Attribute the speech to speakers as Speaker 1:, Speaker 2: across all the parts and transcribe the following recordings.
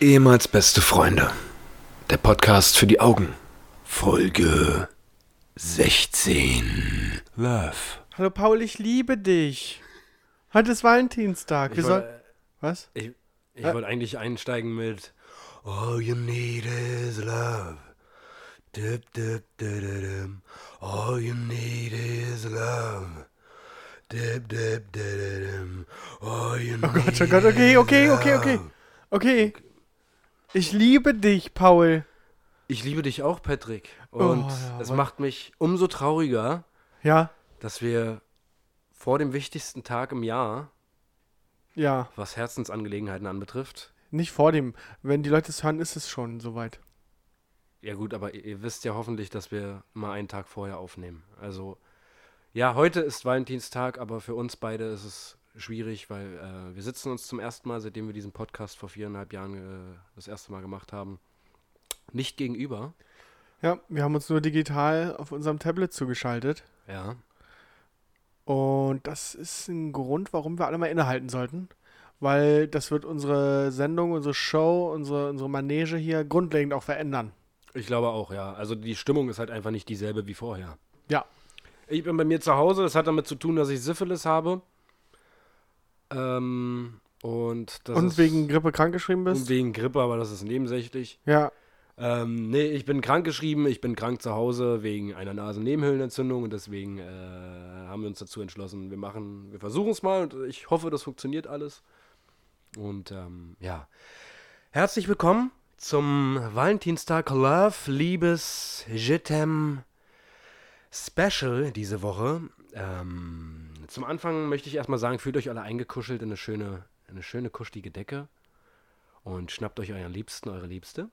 Speaker 1: Ehemals beste Freunde. Der Podcast für die Augen. Folge 16. Love.
Speaker 2: Hallo Paul, ich liebe dich. Heute ist Valentinstag. Wir soll... Was?
Speaker 3: Ich, ich wollte eigentlich einsteigen mit All you need is love. Dip, dip, didididum. All you need is love. Dip, dip, didididum. All you
Speaker 2: Oh Gott,
Speaker 3: need
Speaker 2: oh Gott, okay, okay,
Speaker 3: is
Speaker 2: okay, okay.
Speaker 3: love.
Speaker 2: Okay. Ich liebe dich, Paul.
Speaker 3: Ich liebe dich auch, Patrick. Und
Speaker 2: Oh, ja,
Speaker 3: es
Speaker 2: was-
Speaker 3: macht mich umso trauriger,
Speaker 2: Ja,
Speaker 3: dass wir vor dem wichtigsten Tag im Jahr,
Speaker 2: ja.
Speaker 3: was Herzensangelegenheiten anbetrifft,
Speaker 2: Nicht vor dem. Wenn die Leute es hören, ist es schon soweit.
Speaker 3: Ja gut, aber ihr- ihr wisst ja hoffentlich, dass wir mal einen Tag vorher aufnehmen. Also ja, heute ist Valentinstag, aber für uns beide ist es schwierig, weil äh, wir sitzen uns zum ersten Mal, seitdem wir diesen Podcast vor viereinhalb Jahren äh, das erste Mal gemacht haben, nicht gegenüber.
Speaker 2: Ja, wir haben uns nur digital auf unserem Tablet zugeschaltet.
Speaker 3: Ja.
Speaker 2: Und das ist ein Grund, warum wir alle mal innehalten sollten. Weil das wird unsere Sendung, unsere Show, unsere, unsere Manege hier grundlegend auch verändern.
Speaker 3: Ich glaube auch, ja. Also die Stimmung ist halt einfach nicht dieselbe wie vorher.
Speaker 2: Ja.
Speaker 3: Ich bin bei mir zu Hause. Das hat damit zu tun, dass ich Syphilis habe. Ähm, und das
Speaker 2: Und
Speaker 3: ist
Speaker 2: wegen Grippe krankgeschrieben
Speaker 3: und
Speaker 2: bist?
Speaker 3: wegen Grippe, aber das ist nebensächlich.
Speaker 2: Ja.
Speaker 3: Ähm, nee, ich bin krankgeschrieben, ich bin krank zu Hause wegen einer Nasennebenhöhlenentzündung und deswegen äh, haben wir uns dazu entschlossen, wir machen, wir versuchen es mal und ich hoffe, das funktioniert alles. Und ähm, ja, herzlich willkommen zum Valentinstag Love, Liebes, Je t'aime Special diese Woche. Ähm, zum Anfang möchte ich erstmal sagen, fühlt euch alle eingekuschelt in eine schöne, in eine schöne kuschelige Decke und schnappt euch euren Liebsten, eure Liebste.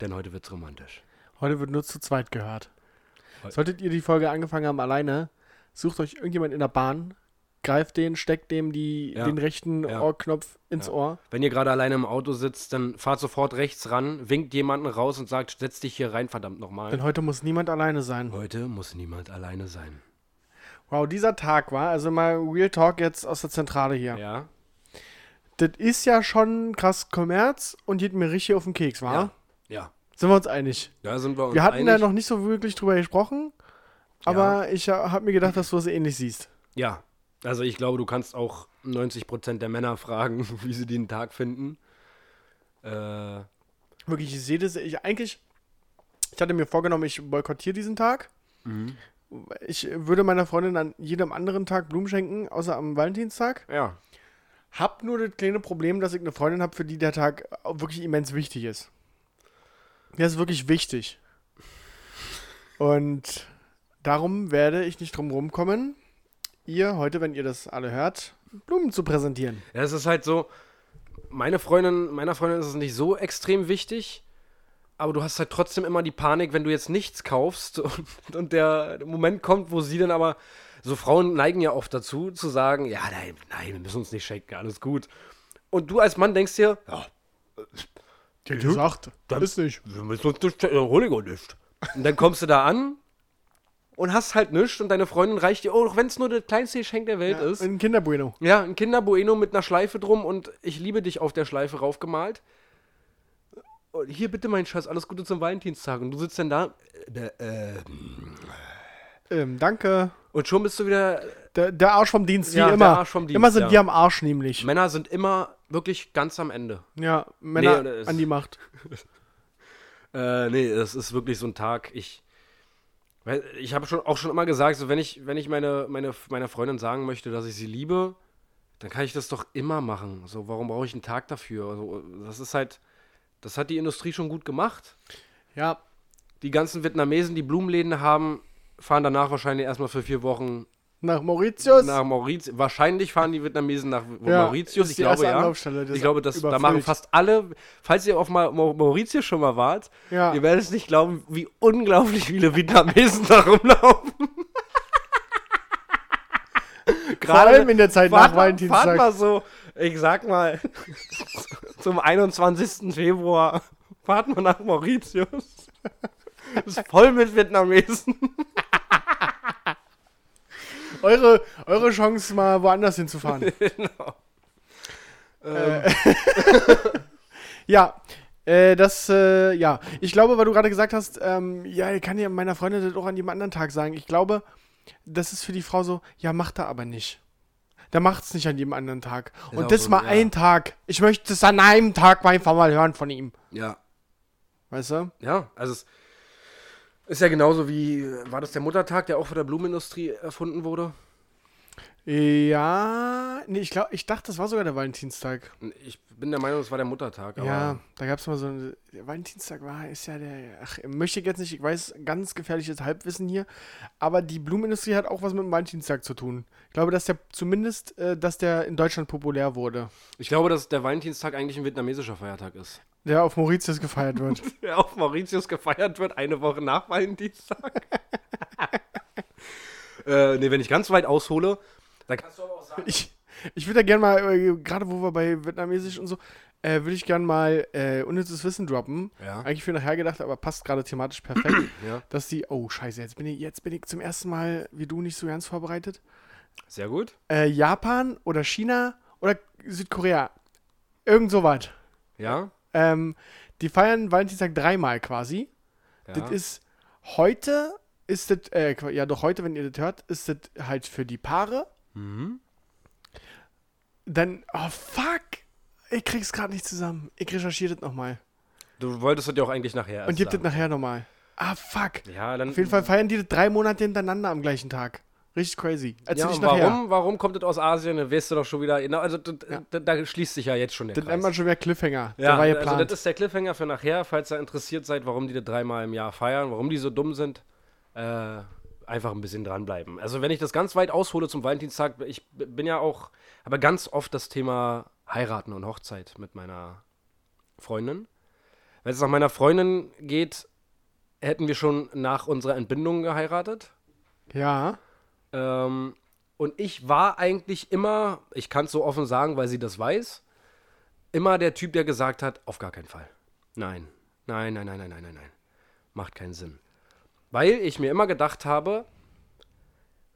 Speaker 3: Denn heute wird's romantisch.
Speaker 2: Heute wird nur zu zweit gehört.
Speaker 3: Heu-
Speaker 2: Solltet ihr die Folge angefangen haben alleine, sucht euch irgendjemand in der Bahn, greift den, steckt dem die,
Speaker 3: Ja.
Speaker 2: den rechten
Speaker 3: Ja.
Speaker 2: Ohrknopf ins
Speaker 3: Ja.
Speaker 2: Ohr.
Speaker 3: Wenn ihr gerade alleine im Auto sitzt, dann fahrt sofort rechts ran, winkt jemanden raus und sagt, setz dich hier rein, verdammt
Speaker 2: Denn
Speaker 3: nochmal.
Speaker 2: heute muss niemand alleine sein.
Speaker 3: Heute muss niemand alleine sein.
Speaker 2: Wow, dieser Tag war, also mal Real Talk jetzt aus der Zentrale hier.
Speaker 3: Ja?
Speaker 2: Das ist ja schon krass Kommerz und geht mir richtig auf den Keks, war?
Speaker 3: Ja. Ja.
Speaker 2: Sind wir uns einig?
Speaker 3: Da sind wir uns
Speaker 2: Wir hatten da
Speaker 3: einig.
Speaker 2: noch nicht so wirklich drüber gesprochen, aber ich habe mir gedacht, dass du es ähnlich siehst.
Speaker 3: Ja. Also ich glaube, du kannst auch 90% der Männer fragen, wie sie den Tag finden. Äh,
Speaker 2: Wirklich, ich sehe das. Ich eigentlich, ich hatte mir vorgenommen, ich boykottiere diesen Tag. Ich würde meiner Freundin an jedem anderen Tag Blumen schenken, außer am Valentinstag.
Speaker 3: ja.
Speaker 2: Hab nur das kleine Problem, dass ich eine Freundin habe, für die der Tag wirklich immens wichtig ist. Der ist wirklich wichtig. Und darum werde ich nicht drum rumkommen, ihr heute, wenn ihr das alle hört, Blumen zu präsentieren.
Speaker 3: Ja, es ist halt so, meine Freundin, meiner Freundin ist es nicht so extrem wichtig, aber du hast halt trotzdem immer die Panik, wenn du jetzt nichts kaufst und, und der Moment kommt, wo sie dann aber, so Frauen neigen ja oft dazu, zu sagen, ja, nein, nein, wir müssen uns nicht schenken, alles gut. Und du als Mann denkst dir, ja,
Speaker 2: Die gesagt, das ist nicht.
Speaker 3: wir müssen uns nicht schenken, dann hol ich auch nichts. Und dann kommst du da an und hast halt nichts und deine Freundin reicht dir, oh, auch wenn es nur das kleinste Geschenk der Welt ist.
Speaker 2: Ein Kinderbueno.
Speaker 3: Ja, ein Kinderbueno mit einer Schleife drum und ich liebe dich auf der Schleife raufgemalt. Und hier bitte mein Schatz, alles Gute zum Valentinstag. Und du sitzt dann da äh, äh,
Speaker 2: Ähm, danke.
Speaker 3: und schon bist du wieder.
Speaker 2: Der, der Arsch vom Dienst, wie
Speaker 3: Ja, der
Speaker 2: immer.
Speaker 3: Arsch vom Dienst,
Speaker 2: immer sind
Speaker 3: ja.
Speaker 2: wir am Arsch nämlich.
Speaker 3: Männer sind immer wirklich ganz am Ende.
Speaker 2: Ja, Männer
Speaker 3: Nee, das-
Speaker 2: an die Macht.
Speaker 3: Äh, nee, das ist wirklich so ein Tag. Ich, weil ich habe schon, auch schon immer gesagt, so wenn ich, wenn ich meine, meine, meiner Freundin sagen möchte, dass ich sie liebe, dann kann ich das doch immer machen. So, warum brauche ich einen Tag dafür? Also, das ist halt, das hat die Industrie schon gut gemacht.
Speaker 2: Ja,
Speaker 3: die ganzen Vietnamesen, die Blumenläden haben, fahren danach wahrscheinlich erstmal für vier Wochen
Speaker 2: nach Mauritius.
Speaker 3: nach Mauritius. Wahrscheinlich fahren die Vietnamesen nach
Speaker 2: Ja,
Speaker 3: Mauritius.
Speaker 2: ist
Speaker 3: Ich
Speaker 2: die
Speaker 3: glaube
Speaker 2: erste
Speaker 3: ja.
Speaker 2: Anlaufstelle, das
Speaker 3: Ich glaube, dass da
Speaker 2: überfüllt.
Speaker 3: machen fast alle. Falls ihr auf Ma Ma- Mauritius schon mal wart,
Speaker 2: Ja.
Speaker 3: ihr werdet es nicht glauben, wie unglaublich viele Vietnamesen da rumlaufen.
Speaker 2: Vor allem in der Zeit
Speaker 3: fahrt,
Speaker 2: Halt nach
Speaker 3: mal- Fahrt
Speaker 2: Valentinstag.
Speaker 3: mal so, ich sag mal, zum 21. Februar fahrt mal nach Mauritius. Ist voll mit Vietnamesen.
Speaker 2: Eure, eure Chance, Genau. mal woanders hinzufahren.
Speaker 3: genau.
Speaker 2: Äh, Ja, äh, das, äh, ja. Ich glaube, weil du gerade gesagt hast, ähm, ja, ich kann ja meiner Freundin das auch an jedem anderen Tag sagen. Ich glaube, das ist für die Frau so, ja, macht er aber nicht. Der macht's nicht an jedem anderen Tag.
Speaker 3: auch
Speaker 2: Und das
Speaker 3: so,
Speaker 2: mal
Speaker 3: ja.
Speaker 2: einen Tag. Ich möchte es an einem Tag mal einfach mal hören von ihm.
Speaker 3: Ja,
Speaker 2: Weißt du?
Speaker 3: ja, also es ist ja genauso wie, war das der Muttertag, der auch von der Blumenindustrie erfunden wurde?
Speaker 2: Ja, nee, ich glaube, ich dachte, das war sogar der Valentinstag.
Speaker 3: Ich bin der Meinung, es war der Muttertag, aber
Speaker 2: Ja, da gab es mal so ein. Der Valentinstag war, ist ja der. Ach, möchte ich jetzt nicht, ich weiß, ganz gefährliches Halbwissen hier. Aber die Blumenindustrie hat auch was mit dem Valentinstag zu tun. Ich glaube, dass der zumindest, äh, dass der in Deutschland populär wurde.
Speaker 3: ich glaube, dass der Valentinstag eigentlich ein vietnamesischer Feiertag ist.
Speaker 2: Der auf Mauritius gefeiert wird.
Speaker 3: Der auf Mauritius gefeiert wird, eine Woche nach Valentinstag. äh, nee, wenn ich ganz weit aushole, dann kannst du aber auch sagen,
Speaker 2: ich ich würde da gerne mal, äh, gerade wo wir bei Vietnamesisch und so, äh, würde ich gerne mal äh, unnützes Wissen droppen.
Speaker 3: Ja.
Speaker 2: Eigentlich für nachher gedacht, aber passt gerade thematisch perfekt.
Speaker 3: Ja.
Speaker 2: Dass die. Oh, scheiße, jetzt bin ich, jetzt bin ich zum ersten Mal wie du nicht so ganz vorbereitet.
Speaker 3: sehr gut.
Speaker 2: äh, Japan oder China oder Südkorea. Irgend sowas.
Speaker 3: Ja.
Speaker 2: Ähm, die feiern Valentinstag dreimal quasi.
Speaker 3: ja.
Speaker 2: Das ist heute, ist das, äh, qua- ja doch heute, wenn ihr das hört, ist das halt für die Paare.
Speaker 3: Mhm.
Speaker 2: Dann, oh fuck, ich krieg's gerade nicht zusammen. Ich recherchiere das nochmal.
Speaker 3: du wolltest das ja auch eigentlich nachher.
Speaker 2: Und
Speaker 3: erst
Speaker 2: gib das
Speaker 3: sagen.
Speaker 2: nachher nochmal. Ah fuck.
Speaker 3: Ja, dann.
Speaker 2: Auf jeden Fall feiern die das drei Monate hintereinander am gleichen Tag. Richtig crazy. Erzähl
Speaker 3: Ja,
Speaker 2: ich
Speaker 3: und
Speaker 2: nachher.
Speaker 3: warum, warum kommt das aus Asien? Dann weißt du doch schon wieder. na, Also, d- d- da, da schließt sich ja jetzt schon der
Speaker 2: Das nennt
Speaker 3: Kreis.
Speaker 2: man schon wieder Cliffhanger.
Speaker 3: ja,
Speaker 2: der war geplant.
Speaker 3: also das ist der Cliffhanger für nachher, falls ihr interessiert seid, warum die das dreimal im Jahr feiern, warum die so dumm sind. Äh, einfach ein bisschen dranbleiben. Also wenn ich das ganz weit aushole zum Valentinstag, ich b- bin ja auch, aber ganz oft das Thema heiraten und Hochzeit mit meiner Freundin. Wenn es nach meiner Freundin geht, hätten wir schon nach unserer Entbindung geheiratet.
Speaker 2: ja.
Speaker 3: Ähm, und ich war eigentlich immer, ich kann es so offen sagen, weil sie das weiß, immer der Typ, der gesagt hat, auf gar keinen Fall. Nein, nein, nein, nein, nein, nein, nein, nein. Macht keinen Sinn. Weil ich mir immer gedacht habe,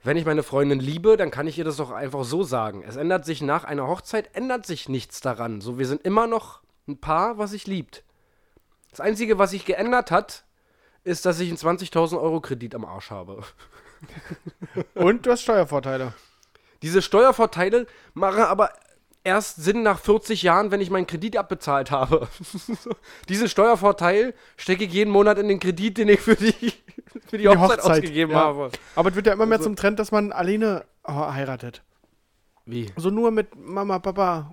Speaker 3: wenn ich meine Freundin liebe, dann kann ich ihr das doch einfach so sagen. Es ändert sich nach einer Hochzeit, ändert sich nichts daran. So, wir sind immer noch ein Paar, was sich liebt. Das Einzige, was sich geändert hat, ist, dass ich einen 20.000 Euro Kredit am Arsch habe.
Speaker 2: Und du hast Steuervorteile.
Speaker 3: Diese Steuervorteile machen aber erst Sinn nach 40 Jahren, wenn ich meinen Kredit abbezahlt habe. Diesen Steuervorteil stecke ich jeden Monat in den Kredit, den ich für die, für die, Hochzeit, ausgegeben
Speaker 2: ja.
Speaker 3: habe.
Speaker 2: Aber es wird ja immer
Speaker 3: Also
Speaker 2: mehr zum Trend, dass man alleine he- heiratet.
Speaker 3: Wie?
Speaker 2: So nur mit Mama, Papa.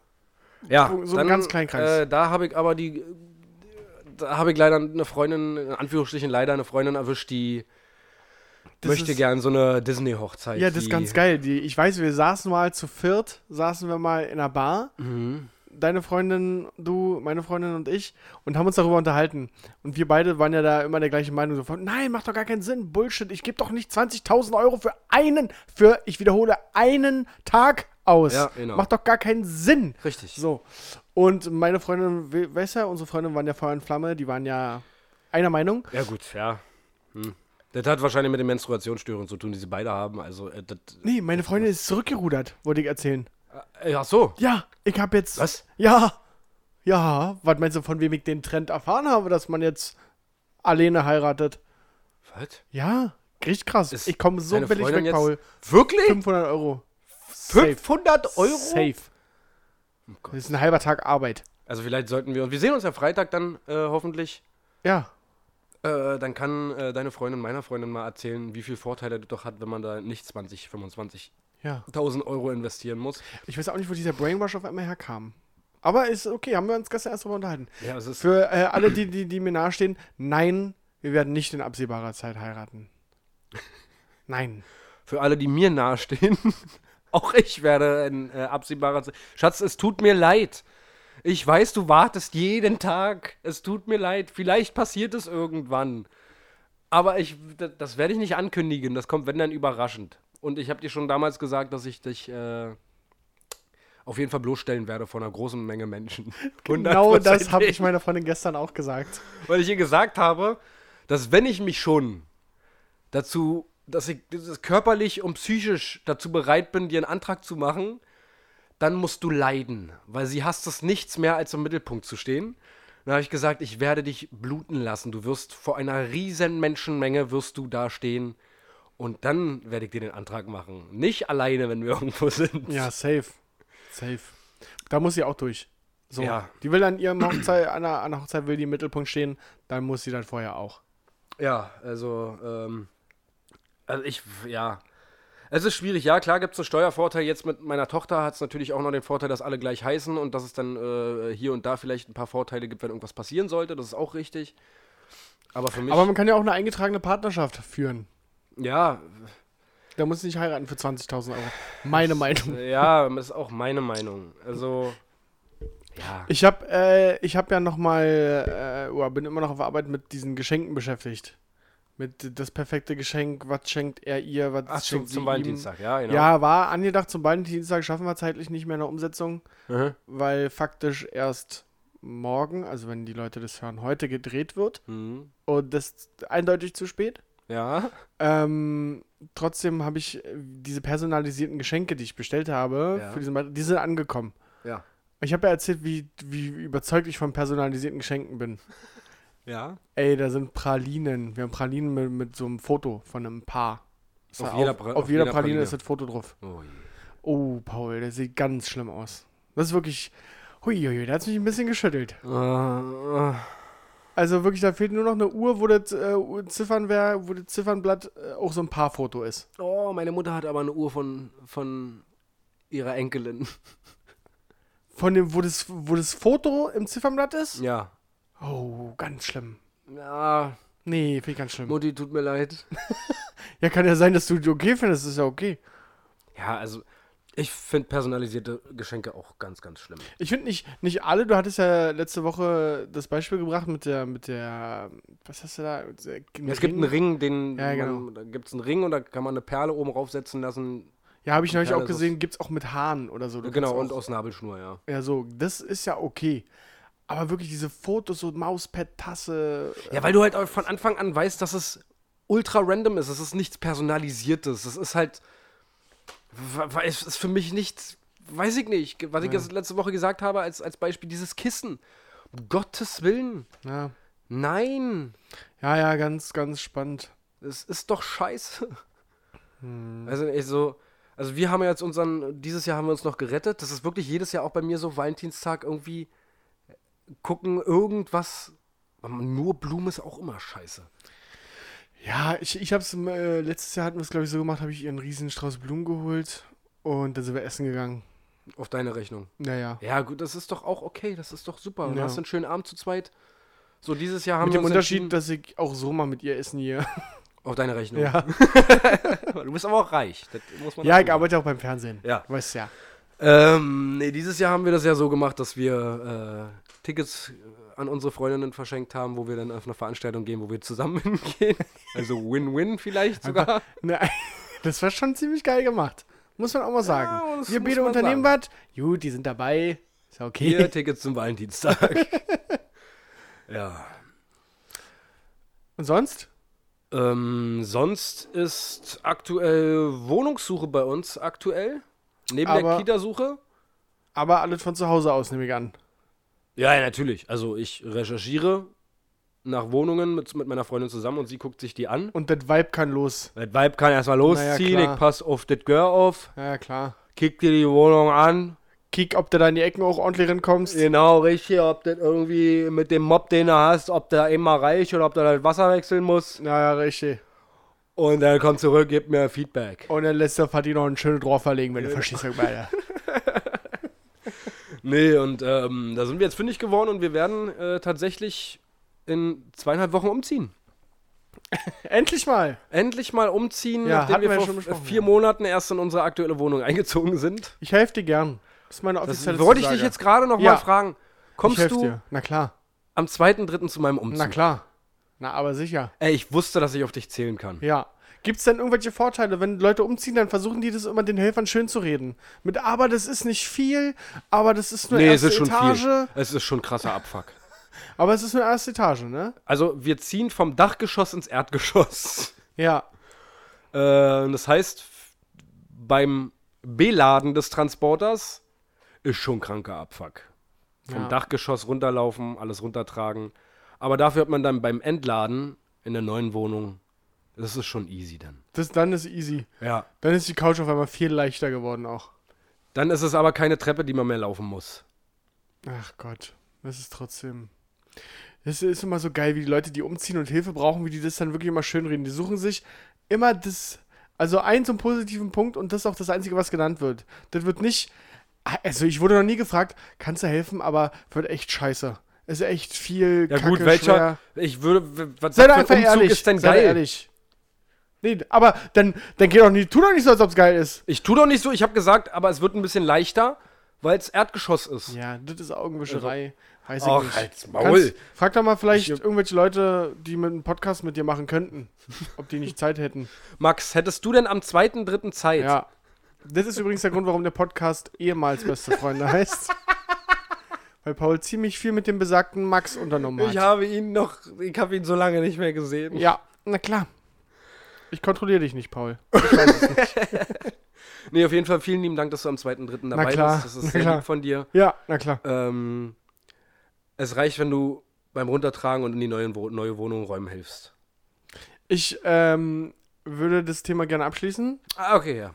Speaker 3: Ja,
Speaker 2: So- so einen ganz kleinen Kreis.
Speaker 3: Äh, da habe ich aber die. Da habe ich leider eine Freundin, in Anführungsstrichen leider eine Freundin erwischt, die
Speaker 2: Das
Speaker 3: möchte
Speaker 2: ist-
Speaker 3: gern so eine Disney-Hochzeit.
Speaker 2: Ja, das ist
Speaker 3: Äh, die-
Speaker 2: ganz geil. Die, ich weiß, wir saßen mal zu viert, saßen wir mal in einer Bar.
Speaker 3: Mhm.
Speaker 2: Deine Freundin, du, meine Freundin und ich und haben uns darüber unterhalten. Und wir beide waren ja da immer der gleichen Meinung. So von, nein, macht doch gar keinen Sinn. Bullshit. Ich gebe doch nicht 20.000 Euro für einen, für, ich wiederhole, einen Tag aus.
Speaker 3: Ja, genau.
Speaker 2: Macht doch gar keinen Sinn.
Speaker 3: Richtig.
Speaker 2: So. Und meine Freundin, we- weißt du, ja, unsere Freundinnen waren ja Feuer und Flamme, die waren ja einer Meinung.
Speaker 3: Ja, gut, ja. Hm. Das hat wahrscheinlich mit den Menstruationsstörungen zu tun, die sie beide haben. Also, äh, das,
Speaker 2: Nee, meine Freundin ist zurückgerudert, wollte ich erzählen.
Speaker 3: äh, ach so.
Speaker 2: Ja, ich hab jetzt.
Speaker 3: Was?
Speaker 2: Ja. Ja, was meinst du, von wem ich den Trend erfahren habe, dass man jetzt alleine heiratet?
Speaker 3: Was?
Speaker 2: Ja, richtig krass.
Speaker 3: Ist
Speaker 2: ich komme so
Speaker 3: deine
Speaker 2: billig
Speaker 3: Freundin
Speaker 2: weg,
Speaker 3: jetzt-
Speaker 2: Paul.
Speaker 3: Wirklich?
Speaker 2: 500 Euro. Safe.
Speaker 3: 500 Euro?
Speaker 2: Safe.
Speaker 3: Oh Gott.
Speaker 2: das ist ein halber Tag Arbeit.
Speaker 3: Also vielleicht sollten wir, wir sehen uns ja Freitag dann äh, hoffentlich.
Speaker 2: Ja.
Speaker 3: Äh, dann kann äh, deine Freundin meiner Freundin mal erzählen, wie viel Vorteile das doch hat, wenn man da nicht 20, 25.000
Speaker 2: Ja.
Speaker 3: Euro investieren muss.
Speaker 2: Ich weiß auch nicht, wo dieser Brainwash auf einmal herkam. Aber ist okay, haben wir uns gestern erst drüber unterhalten.
Speaker 3: Ja, es ist
Speaker 2: Für äh, alle, die, die, die mir nahestehen, nein, wir werden nicht in absehbarer Zeit heiraten. Nein.
Speaker 3: für alle, die mir nahestehen. Auch ich werde in äh, absehbarer Zeit. Schatz, es tut mir leid. Ich weiß, du wartest jeden Tag. Es tut mir leid. Vielleicht passiert es irgendwann. Aber ich, d- das werde ich nicht ankündigen. Das kommt, wenn dann, überraschend. Und ich habe dir schon damals gesagt, dass ich dich äh, auf jeden Fall bloßstellen werde vor einer großen Menge Menschen.
Speaker 2: Genau das habe
Speaker 3: Hundertprozentig.
Speaker 2: ich meiner Freundin gestern auch gesagt.
Speaker 3: Weil ich ihr gesagt habe, dass wenn ich mich schon dazu, dass ich das körperlich und psychisch dazu bereit bin, dir einen Antrag zu machen, dann musst du leiden, weil sie hasst es nichts mehr, als im Mittelpunkt zu stehen. Dann habe ich gesagt, ich werde dich bluten lassen. Du wirst vor einer riesen Menschenmenge wirst du da stehen. Und dann werde ich dir den Antrag machen. Nicht alleine, wenn wir irgendwo sind.
Speaker 2: Ja, safe. Safe. Da muss sie auch durch. So.
Speaker 3: Ja.
Speaker 2: Die will an ihrem Hochzeit, an der, an der Hochzeit will die im Mittelpunkt stehen, dann muss sie dann vorher auch.
Speaker 3: Ja, also, ähm, also ich, ja. Es ist schwierig, ja, klar gibt es einen Steuervorteil. Jetzt mit meiner Tochter hat es natürlich auch noch den Vorteil, dass alle gleich heißen und dass es dann äh, hier und da vielleicht ein paar Vorteile gibt, wenn irgendwas passieren sollte. Das ist auch richtig. Aber für mich,
Speaker 2: Aber man kann ja auch eine eingetragene Partnerschaft führen.
Speaker 3: ja,
Speaker 2: Da muss sie nicht heiraten für 20.000 Euro. Meine Meinung.
Speaker 3: ja, ist auch meine Meinung. Also, ja.
Speaker 2: Ich habe äh, ich hab ja noch mal, äh, oder bin immer noch auf Arbeit mit diesen Geschenken beschäftigt. Mit das perfekte Geschenk, was schenkt er ihr, was
Speaker 3: Ach, zum,
Speaker 2: schenkt sie
Speaker 3: zum
Speaker 2: ihm.
Speaker 3: Valentinstag, ja, genau.
Speaker 2: Ja, war angedacht, zum Valentinstag schaffen wir zeitlich nicht mehr eine Umsetzung,
Speaker 3: Mhm.
Speaker 2: weil faktisch erst morgen, also wenn die Leute das hören, heute gedreht wird.
Speaker 3: Mhm.
Speaker 2: Und das ist eindeutig zu spät.
Speaker 3: Ja.
Speaker 2: Ähm, trotzdem habe ich äh, diese personalisierten Geschenke, die ich bestellt habe,
Speaker 3: Ja.
Speaker 2: für diesen, Beitrag, die sind angekommen.
Speaker 3: Ja.
Speaker 2: Ich habe ja erzählt, wie, wie überzeugt ich von personalisierten Geschenken bin.
Speaker 3: Ja.
Speaker 2: Ey, da sind Pralinen. Wir haben Pralinen mit, mit so einem Foto von einem Paar. Ist
Speaker 3: Auf
Speaker 2: da
Speaker 3: jeder Pra-
Speaker 2: auf, jeder Praline, ist das Foto drauf.
Speaker 3: Oh, je.
Speaker 2: Oh, Paul, der sieht ganz schlimm aus. Das ist wirklich. Huiuiui, der hat mich ein bisschen geschüttelt.
Speaker 3: Äh, äh.
Speaker 2: Also wirklich, da fehlt nur noch eine Uhr, wo das äh, Uhr- Ziffern wär, wo das Ziffernblatt äh, auch so ein Paarfoto ist.
Speaker 3: Oh, meine Mutter hat aber eine Uhr von, von ihrer Enkelin.
Speaker 2: Von dem, wo das, wo das Foto im Ziffernblatt ist?
Speaker 3: Ja.
Speaker 2: Oh, ganz schlimm.
Speaker 3: Ja,
Speaker 2: Nee, finde ich ganz schlimm.
Speaker 3: Mutti, tut mir leid.
Speaker 2: Ja, kann ja sein, dass du die okay findest, ist ja okay.
Speaker 3: Ja, also ich finde personalisierte Geschenke auch ganz, ganz schlimm.
Speaker 2: Ich finde nicht, nicht alle, du hattest ja letzte Woche das Beispiel gebracht mit der, mit der, was hast du da? Es
Speaker 3: es gibt einen Ring, den
Speaker 2: Ja, genau.
Speaker 3: man, da gibt es einen Ring und da kann man eine Perle oben raufsetzen lassen.
Speaker 2: Ja, habe ich neulich
Speaker 3: Kerl,
Speaker 2: auch
Speaker 3: das ist-
Speaker 2: gesehen, gibt es auch mit Haaren oder so. Du
Speaker 3: genau,
Speaker 2: kannst
Speaker 3: und
Speaker 2: auch,
Speaker 3: aus Nabelschnur, ja.
Speaker 2: Ja, so, das ist ja okay. Aber wirklich diese Fotos, so Mauspad, Tasse.
Speaker 3: Ja, weil du halt auch von Anfang an weißt, dass es ultra random ist. Es ist nichts Personalisiertes. Es ist halt. we- we- Es ist für mich nicht. Weiß ich nicht. ge- Was ich jetzt letzte Woche gesagt habe, als, als Beispiel, dieses Kissen. Um Gottes Willen.
Speaker 2: Ja.
Speaker 3: Nein.
Speaker 2: ja, ja, ganz, ganz spannend.
Speaker 3: Es ist doch scheiße. Also, ich so. Also wir haben ja jetzt unseren, dieses Jahr haben wir uns noch gerettet. Das ist wirklich jedes Jahr auch bei mir so Valentinstag irgendwie äh, gucken, irgendwas. Aber Nur Blumen ist auch immer scheiße.
Speaker 2: Ja, ich, ich habe es, äh, letztes Jahr hatten wir es, glaube ich, so gemacht, habe ich ihr einen riesen Strauß Blumen geholt und dann sind wir essen gegangen.
Speaker 3: Auf deine Rechnung.
Speaker 2: Naja.
Speaker 3: Ja, gut, das ist doch auch okay, das ist doch super. Du
Speaker 2: Ja.
Speaker 3: hast einen schönen Abend zu zweit. So, dieses Jahr haben
Speaker 2: Mit
Speaker 3: wir
Speaker 2: dem
Speaker 3: uns
Speaker 2: Unterschied,
Speaker 3: entschieden-
Speaker 2: dass ich auch so mal mit ihr essen hier.
Speaker 3: auf deine Rechnung.
Speaker 2: Ja.
Speaker 3: Du bist aber auch reich. Das muss man
Speaker 2: Ja,
Speaker 3: dazu
Speaker 2: ich arbeite auch beim Fernsehen.
Speaker 3: Ja.
Speaker 2: Weißt ja.
Speaker 3: Ähm, nee, dieses Jahr haben wir das ja so gemacht, dass wir äh, Tickets äh, an unsere Freundinnen verschenkt haben, wo wir dann auf eine Veranstaltung gehen, wo wir zusammen hingehen. Also Win-Win vielleicht sogar.
Speaker 2: Ne, das war schon ziemlich geil gemacht. Muss man auch mal
Speaker 3: Ja,
Speaker 2: sagen.
Speaker 3: das
Speaker 2: Wir
Speaker 3: muss
Speaker 2: beide
Speaker 3: man
Speaker 2: unternehmen was. Gut, die sind dabei. Ist ja okay.
Speaker 3: Hier Tickets zum Valentinstag. ja.
Speaker 2: Und sonst?
Speaker 3: Ähm, sonst ist aktuell Wohnungssuche bei uns aktuell. Neben
Speaker 2: Aber-
Speaker 3: der Kitasuche.
Speaker 2: Aber alles von zu Hause aus, nehme ich an.
Speaker 3: Ja, ja, natürlich. Also ich recherchiere nach Wohnungen mit, mit meiner Freundin zusammen und sie guckt sich die an.
Speaker 2: Und das Vibe kann los.
Speaker 3: Das Weib kann erstmal
Speaker 2: Naja,
Speaker 3: losziehen,
Speaker 2: klar.
Speaker 3: ich pass auf das Girl auf,
Speaker 2: Ja, klar.
Speaker 3: kick dir die Wohnung an.
Speaker 2: Kick, ob du da in die Ecken auch ordentlich rankommst.
Speaker 3: Genau, richtig, ob das irgendwie mit dem Mob, den du hast, ob der immer reicht oder ob der das Wasser wechseln muss.
Speaker 2: Ja, ja, richtig.
Speaker 3: Und dann komm zurück, gib mir Feedback.
Speaker 2: Und dann lässt der Fatih noch einen schönen drauf verlegen, wenn du verstehst, was ich meine.
Speaker 3: Nee, und ähm, da sind wir jetzt fündig geworden und wir werden äh, tatsächlich in zweieinhalb Wochen umziehen.
Speaker 2: Endlich mal.
Speaker 3: Endlich mal umziehen,
Speaker 2: Ja, hatten
Speaker 3: nachdem wir
Speaker 2: wir ja
Speaker 3: vor
Speaker 2: schon besprochen,
Speaker 3: vier Monaten erst in unsere aktuelle Wohnung eingezogen sind.
Speaker 2: Ich helfe dir gern. Das ist meine
Speaker 3: Das
Speaker 2: offizielle
Speaker 3: wollte ich
Speaker 2: Zusage.
Speaker 3: dich jetzt gerade noch
Speaker 2: Ja.
Speaker 3: mal fragen.
Speaker 2: Ich
Speaker 3: Kommst
Speaker 2: helfe
Speaker 3: du
Speaker 2: dir. Na klar.
Speaker 3: am 2.3. zu meinem
Speaker 2: Na
Speaker 3: Umzug?
Speaker 2: klar. Na, aber sicher.
Speaker 3: Ey, ich wusste, dass ich auf dich zählen kann.
Speaker 2: Ja. Gibt es denn irgendwelche Vorteile? Wenn Leute umziehen, dann versuchen die das immer den Helfern schön zu reden. Mit, aber das ist nicht viel, aber das ist nur
Speaker 3: nee, es
Speaker 2: erste
Speaker 3: ist schon
Speaker 2: Etage.
Speaker 3: viel. Es ist schon krasser Abfuck.
Speaker 2: Aber es ist nur erste Etage, ne?
Speaker 3: Also, wir ziehen vom Dachgeschoss ins Erdgeschoss.
Speaker 2: Ja.
Speaker 3: Äh, das heißt, f- beim Beladen des Transporters ist schon kranker Abfuck. vom
Speaker 2: Ja.
Speaker 3: Dachgeschoss runterlaufen, alles runtertragen. Aber dafür hat man dann beim Entladen in der neuen Wohnung, das ist schon easy dann.
Speaker 2: Das, dann ist easy.
Speaker 3: Ja.
Speaker 2: Dann ist die Couch auf einmal viel leichter geworden auch.
Speaker 3: Dann ist es aber keine Treppe, die man mehr laufen muss.
Speaker 2: Ach Gott, das ist trotzdem. Es ist immer so geil, wie die Leute, die umziehen und Hilfe brauchen, wie die das dann wirklich immer schön reden. Die suchen sich immer das, also einen zum positiven Punkt und das ist auch das Einzige, was genannt wird. Das wird nicht, also ich wurde noch nie gefragt, kannst du helfen, aber wird echt scheiße. Es ist echt viel
Speaker 3: Ja
Speaker 2: Kacke,
Speaker 3: gut, welcher?
Speaker 2: schwer.
Speaker 3: Ich würde, w- was
Speaker 2: Sei doch
Speaker 3: für ein
Speaker 2: einfach
Speaker 3: Umzug
Speaker 2: ehrlich.
Speaker 3: ist denn
Speaker 2: sei doch
Speaker 3: geil?
Speaker 2: ehrlich. Nee, aber dann, dann geh doch nicht, tu doch nicht so, als ob es geil ist.
Speaker 3: Ich tu doch nicht so, ich habe gesagt, aber es wird ein bisschen leichter, weil es Erdgeschoss ist.
Speaker 2: Ja, das ist Augenwischerei. Weiß ich nicht.
Speaker 3: Also, halt's
Speaker 2: Kannst, frag doch mal vielleicht
Speaker 3: Ich-
Speaker 2: irgendwelche Leute, die mit einem Podcast mit dir machen könnten, ob die nicht Zeit hätten.
Speaker 3: Max, hättest du denn am zweiten, dritten Zeit?
Speaker 2: Ja. Das ist übrigens der Grund, warum der Podcast ehemals beste Freunde heißt. Weil Paul ziemlich viel mit dem besagten Max unternommen hat.
Speaker 3: Ich habe ihn noch, ich habe ihn so lange nicht mehr gesehen.
Speaker 2: ja, na klar. Ich kontrolliere dich nicht, Paul.
Speaker 3: Nee, auf jeden Fall vielen lieben Dank, dass du am zweiten, dritten dabei
Speaker 2: klar,
Speaker 3: bist. Das ist
Speaker 2: na
Speaker 3: sehr
Speaker 2: klar.
Speaker 3: lieb von dir.
Speaker 2: Ja, na klar.
Speaker 3: Ähm, es reicht, wenn du beim Runtertragen und in die neue, Wo neue Wohnung räumen hilfst.
Speaker 2: Ich ähm, würde das Thema gerne abschließen.
Speaker 3: Ah, okay, ja.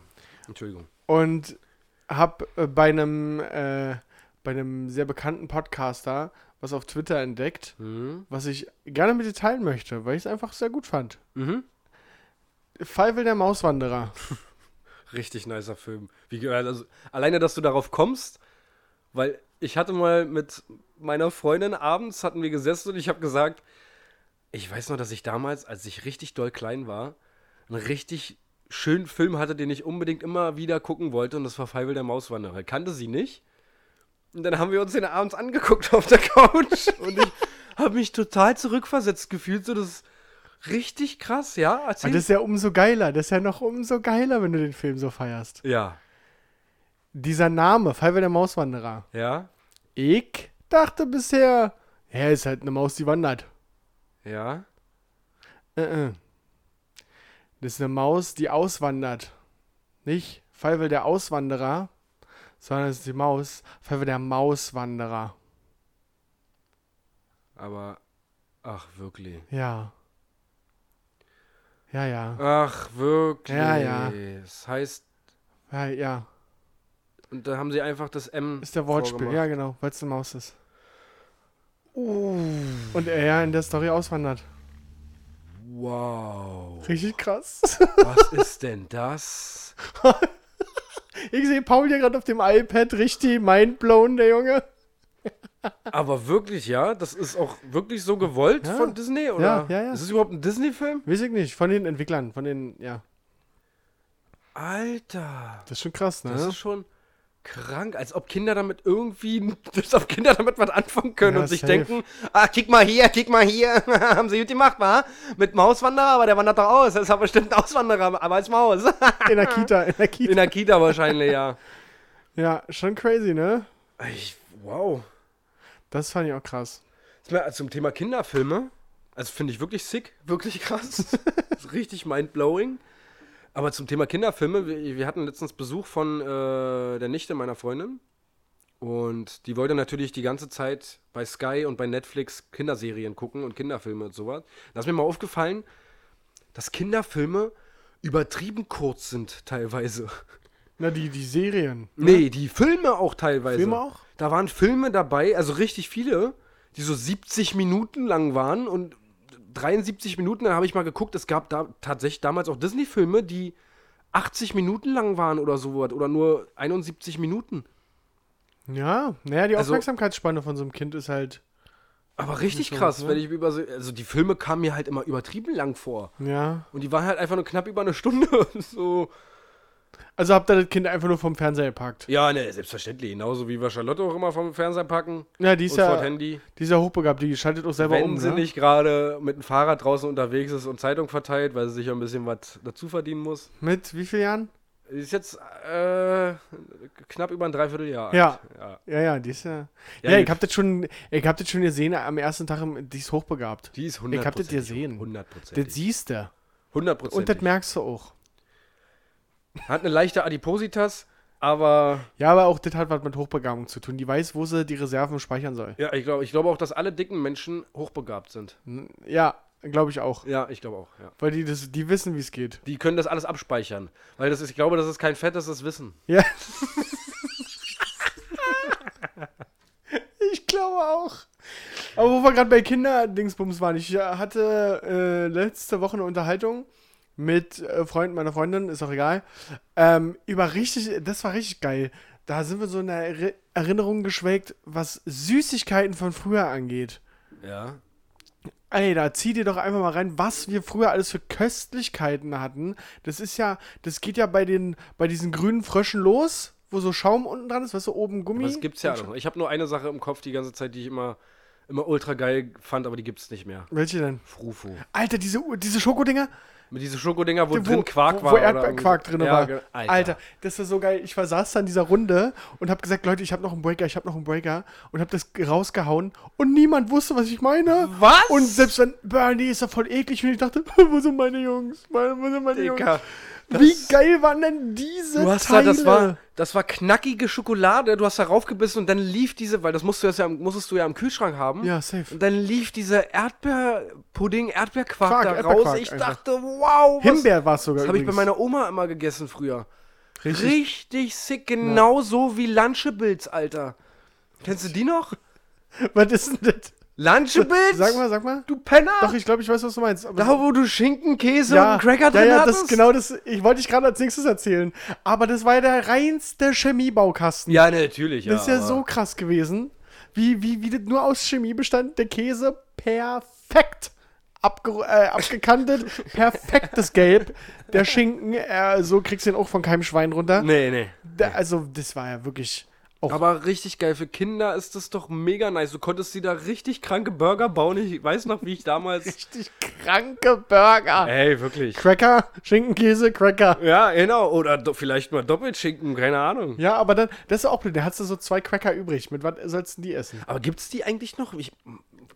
Speaker 3: Entschuldigung.
Speaker 2: und hab äh, bei einem äh, bei einem sehr bekannten Podcaster was auf Twitter entdeckt,
Speaker 3: Mhm.
Speaker 2: was ich gerne mit dir teilen möchte, weil ich es einfach sehr gut fand.
Speaker 3: Mhm.
Speaker 2: Pfeifel der Mauswanderer.
Speaker 3: Richtig nicer Film. Wie, ge- also, alleine, dass du darauf kommst, weil ich hatte mal mit meiner Freundin abends, hatten wir gesessen und ich habe gesagt, ich weiß noch, dass ich damals, als ich richtig doll klein war, einen richtig schönen Film hatte, den ich unbedingt immer wieder gucken wollte und das war Feivel der Mauswanderer. Kannte sie nicht. Und dann haben wir uns den abends angeguckt auf der Couch und ich habe mich total zurückversetzt gefühlt, so das ist richtig krass, ja?
Speaker 2: Und
Speaker 3: Erzähl.
Speaker 2: Ah, das ist ja umso geiler, das ist ja noch umso geiler, wenn du den Film so feierst.
Speaker 3: ja,
Speaker 2: Dieser Name, Pfeifel der Mauswanderer.
Speaker 3: ja,
Speaker 2: Ich dachte bisher, ja, ist halt eine Maus, die wandert.
Speaker 3: ja.
Speaker 2: Äh, äh. Das ist eine Maus, die auswandert. Nicht Pfeifel der Auswanderer, sondern es ist die Maus, Pfeifel der Mauswanderer.
Speaker 3: Aber, ach, wirklich.
Speaker 2: Ja. Ja, ja.
Speaker 3: Ach, wirklich.
Speaker 2: Ja, ja.
Speaker 3: Das heißt,
Speaker 2: Ja, ja.
Speaker 3: und da haben sie einfach das M.
Speaker 2: Ist der Wortspiel. Ja,
Speaker 3: vorgemacht.
Speaker 2: genau, weil es eine Maus ist. Uh. Und er ja in der Story auswandert.
Speaker 3: Wow.
Speaker 2: Richtig krass.
Speaker 3: Was ist denn das?
Speaker 2: Ich sehe Paul ja gerade auf dem iPad richtig mindblown, der Junge.
Speaker 3: Aber wirklich, ja? Das ist auch wirklich so gewollt
Speaker 2: Ja.
Speaker 3: von Disney, oder?
Speaker 2: Ja, ja, ja.
Speaker 3: Ist es überhaupt ein Disney-Film?
Speaker 2: Weiß ich nicht, von den Entwicklern, von den, ja.
Speaker 3: Alter.
Speaker 2: Das ist schon krass, ne?
Speaker 3: Das ist schon krank, als ob Kinder damit irgendwie, als ob Kinder damit was anfangen können
Speaker 2: Ja,
Speaker 3: und sich
Speaker 2: safe.
Speaker 3: denken, ah, kick mal hier, kick mal hier, haben sie gut gemacht, wa? Mit Mauswanderer, aber der wandert doch aus, das ist aber bestimmt ein Auswanderer, aber als Maus.
Speaker 2: In der Kita, in der
Speaker 3: In
Speaker 2: Kita.
Speaker 3: der Kita wahrscheinlich, ja.
Speaker 2: Ja, schon crazy, ne?
Speaker 3: Ich, wow.
Speaker 2: Das fand ich auch krass.
Speaker 3: Ist mir- Zum Thema Kinderfilme, also finde ich wirklich sick, wirklich krass. ist richtig mindblowing. Aber zum Thema Kinderfilme, wir, wir hatten letztens Besuch von äh, der Nichte meiner Freundin. Und die wollte natürlich die ganze Zeit bei Sky und bei Netflix Kinderserien gucken und Kinderfilme und sowas. Da ist mir mal aufgefallen, dass Kinderfilme übertrieben kurz sind teilweise.
Speaker 2: Na, die, die Serien.
Speaker 3: Nee, die Filme auch teilweise.
Speaker 2: Filme auch?
Speaker 3: Da waren Filme dabei, also richtig viele, die so 70 Minuten lang waren und 73 Minuten, dann habe ich mal geguckt, es gab da tatsächlich damals auch Disney-Filme, die 80 Minuten lang waren oder so was, oder nur 71 Minuten.
Speaker 2: Ja, naja, die
Speaker 3: Also-
Speaker 2: Aufmerksamkeitsspanne von so einem Kind ist halt.
Speaker 3: Aber richtig
Speaker 2: so,
Speaker 3: krass,
Speaker 2: ne?
Speaker 3: wenn ich über so, also die Filme kamen mir halt immer übertrieben lang vor
Speaker 2: Ja.
Speaker 3: und die waren halt einfach nur knapp über eine Stunde so.
Speaker 2: Also habt ihr das Kind einfach nur vom Fernseher gepackt.
Speaker 3: Ja, ne, selbstverständlich, genauso wie wir Charlotte auch immer vom Fernseher packen
Speaker 2: Ja, die
Speaker 3: und
Speaker 2: ist
Speaker 3: vor
Speaker 2: ja,
Speaker 3: Handy.
Speaker 2: die ist ja hochbegabt, die schaltet auch selber
Speaker 3: Wenn
Speaker 2: um.
Speaker 3: sie
Speaker 2: ne?
Speaker 3: nicht gerade mit dem Fahrrad draußen unterwegs ist und Zeitung verteilt, weil sie sich ja ein bisschen was dazu verdienen muss.
Speaker 2: Mit wie vielen Jahren?
Speaker 3: Sie Ist jetzt äh, knapp über ein Dreivierteljahr alt.
Speaker 2: Ja.
Speaker 3: ja.
Speaker 2: Ja, ja, die ist ja.
Speaker 3: Ja,
Speaker 2: Ja,
Speaker 3: die-
Speaker 2: ich hab das schon, ich hab das schon gesehen am ersten Tag, im- die ist hochbegabt.
Speaker 3: Die ist 100%.
Speaker 2: Ich hab das gesehen. Das
Speaker 3: Hundertprozentig.
Speaker 2: siehst du. Und das
Speaker 3: Hundertprozentig.
Speaker 2: merkst du auch.
Speaker 3: Hat eine leichte Adipositas, Aber
Speaker 2: Ja, aber auch das hat was mit Hochbegabung zu tun. Die weiß, wo sie die Reserven speichern soll.
Speaker 3: ja, ich glaube ich glaube auch, dass alle dicken Menschen hochbegabt sind.
Speaker 2: Ja, glaube ich auch.
Speaker 3: Ja, ich glaube auch, ja.
Speaker 2: Weil die, das, die wissen, wie es geht.
Speaker 3: Die können das alles abspeichern. Weil das ist, ich glaube, das ist kein Fett, das ist Wissen.
Speaker 2: Ja. ich glaube auch. Aber wo wir gerade bei Kinderdingsbums waren, ich äh, hatte äh, letzte Woche eine Unterhaltung mit äh, Freunden meiner Freundin, ist auch egal, ähm, über richtig, das war richtig geil. Da sind wir so in der Eri- Erinnerung geschwelgt, was Süßigkeiten von früher angeht.
Speaker 3: Ja.
Speaker 2: Alter, zieh dir doch einfach mal rein, was wir früher alles für Köstlichkeiten hatten. Das ist ja, das geht ja bei den, bei diesen grünen Fröschen los, wo so Schaum unten dran ist, weißt du, oben Gummi.
Speaker 3: Aber das gibt's ja alles noch. Ich habe nur eine Sache im Kopf die ganze Zeit, die ich immer, immer ultra geil fand, aber die gibt's nicht mehr.
Speaker 2: Welche denn?
Speaker 3: Frufu.
Speaker 2: Alter, diese, diese Schokodinger,
Speaker 3: Mit diese Schokodinger, wo,
Speaker 2: wo,
Speaker 3: drin Quark
Speaker 2: wo,
Speaker 3: war.
Speaker 2: wo
Speaker 3: oder
Speaker 2: Erdbeerquark
Speaker 3: irgendwie-
Speaker 2: drin
Speaker 3: Ja,
Speaker 2: war.
Speaker 3: ge-
Speaker 2: Alter. das war so geil. Ich war, saß da in dieser Runde und hab gesagt, Leute, ich hab noch einen Breaker, ich hab noch einen Breaker und hab das rausgehauen und niemand wusste, was ich meine.
Speaker 3: Was?
Speaker 2: Und selbst wenn Bernie ist ja voll eklig und ich dachte, wo sind meine Jungs? Meine- Wo sind meine Jungs?
Speaker 3: Digga.
Speaker 2: Wie geil waren denn diese
Speaker 3: Du hast da,
Speaker 2: Teile?
Speaker 3: das war, das war knackige Schokolade, du hast da raufgebissen und dann lief diese, weil das musst du ja, musstest du ja im Kühlschrank haben.
Speaker 2: Ja, safe.
Speaker 3: Und dann lief dieser Erdbeerpudding, Erdbeerquark
Speaker 2: Quark,
Speaker 3: da raus.
Speaker 2: Erdbeerquark
Speaker 3: Ich
Speaker 2: einfach.
Speaker 3: dachte, wow, was,
Speaker 2: Himbeer war es sogar
Speaker 3: das habe ich bei
Speaker 2: übrigens.
Speaker 3: meiner Oma immer gegessen früher.
Speaker 2: Richtig.
Speaker 3: Richtig, sick, genau so wie Lunchables, Alter. Kennst du die noch?
Speaker 2: Was ist denn das?
Speaker 3: Lunchables?
Speaker 2: Sag mal, sag mal.
Speaker 3: du Penner!
Speaker 2: Doch, ich glaube, ich weiß, was du meinst. Aber
Speaker 3: da, wo du Schinken, Käse und
Speaker 2: ja,
Speaker 3: einen Cracker
Speaker 2: ja,
Speaker 3: drin
Speaker 2: ja, das
Speaker 3: hattest?
Speaker 2: ist genau das. Ich wollte dich gerade als nächstes erzählen. Aber das war ja der reinste Chemiebaukasten.
Speaker 3: ja, natürlich, ja.
Speaker 2: das ist ja
Speaker 3: aber-
Speaker 2: so krass gewesen. Wie, wie, wie das nur aus Chemie bestand, der Käse perfekt abge äh, abgekantet, perfektes Gelb. Der Schinken, äh, so kriegst du den auch von keinem Schwein runter.
Speaker 3: Nee, nee.
Speaker 2: Da, also, das war ja wirklich auch
Speaker 3: Aber richtig geil, für Kinder ist das doch mega nice. Du konntest dir da richtig kranke Burger bauen. Ich weiß noch, wie ich damals.
Speaker 2: richtig kranke Burger.
Speaker 3: Ey, wirklich.
Speaker 2: Cracker, Schinkenkäse, Cracker.
Speaker 3: Ja, genau. Oder do, vielleicht mal Doppelschinken, keine Ahnung.
Speaker 2: Ja, aber dann, das ist auch blöd. Da hast du so zwei Cracker übrig. Mit was sollst du die essen?
Speaker 3: Aber gibt's die eigentlich noch? Ich,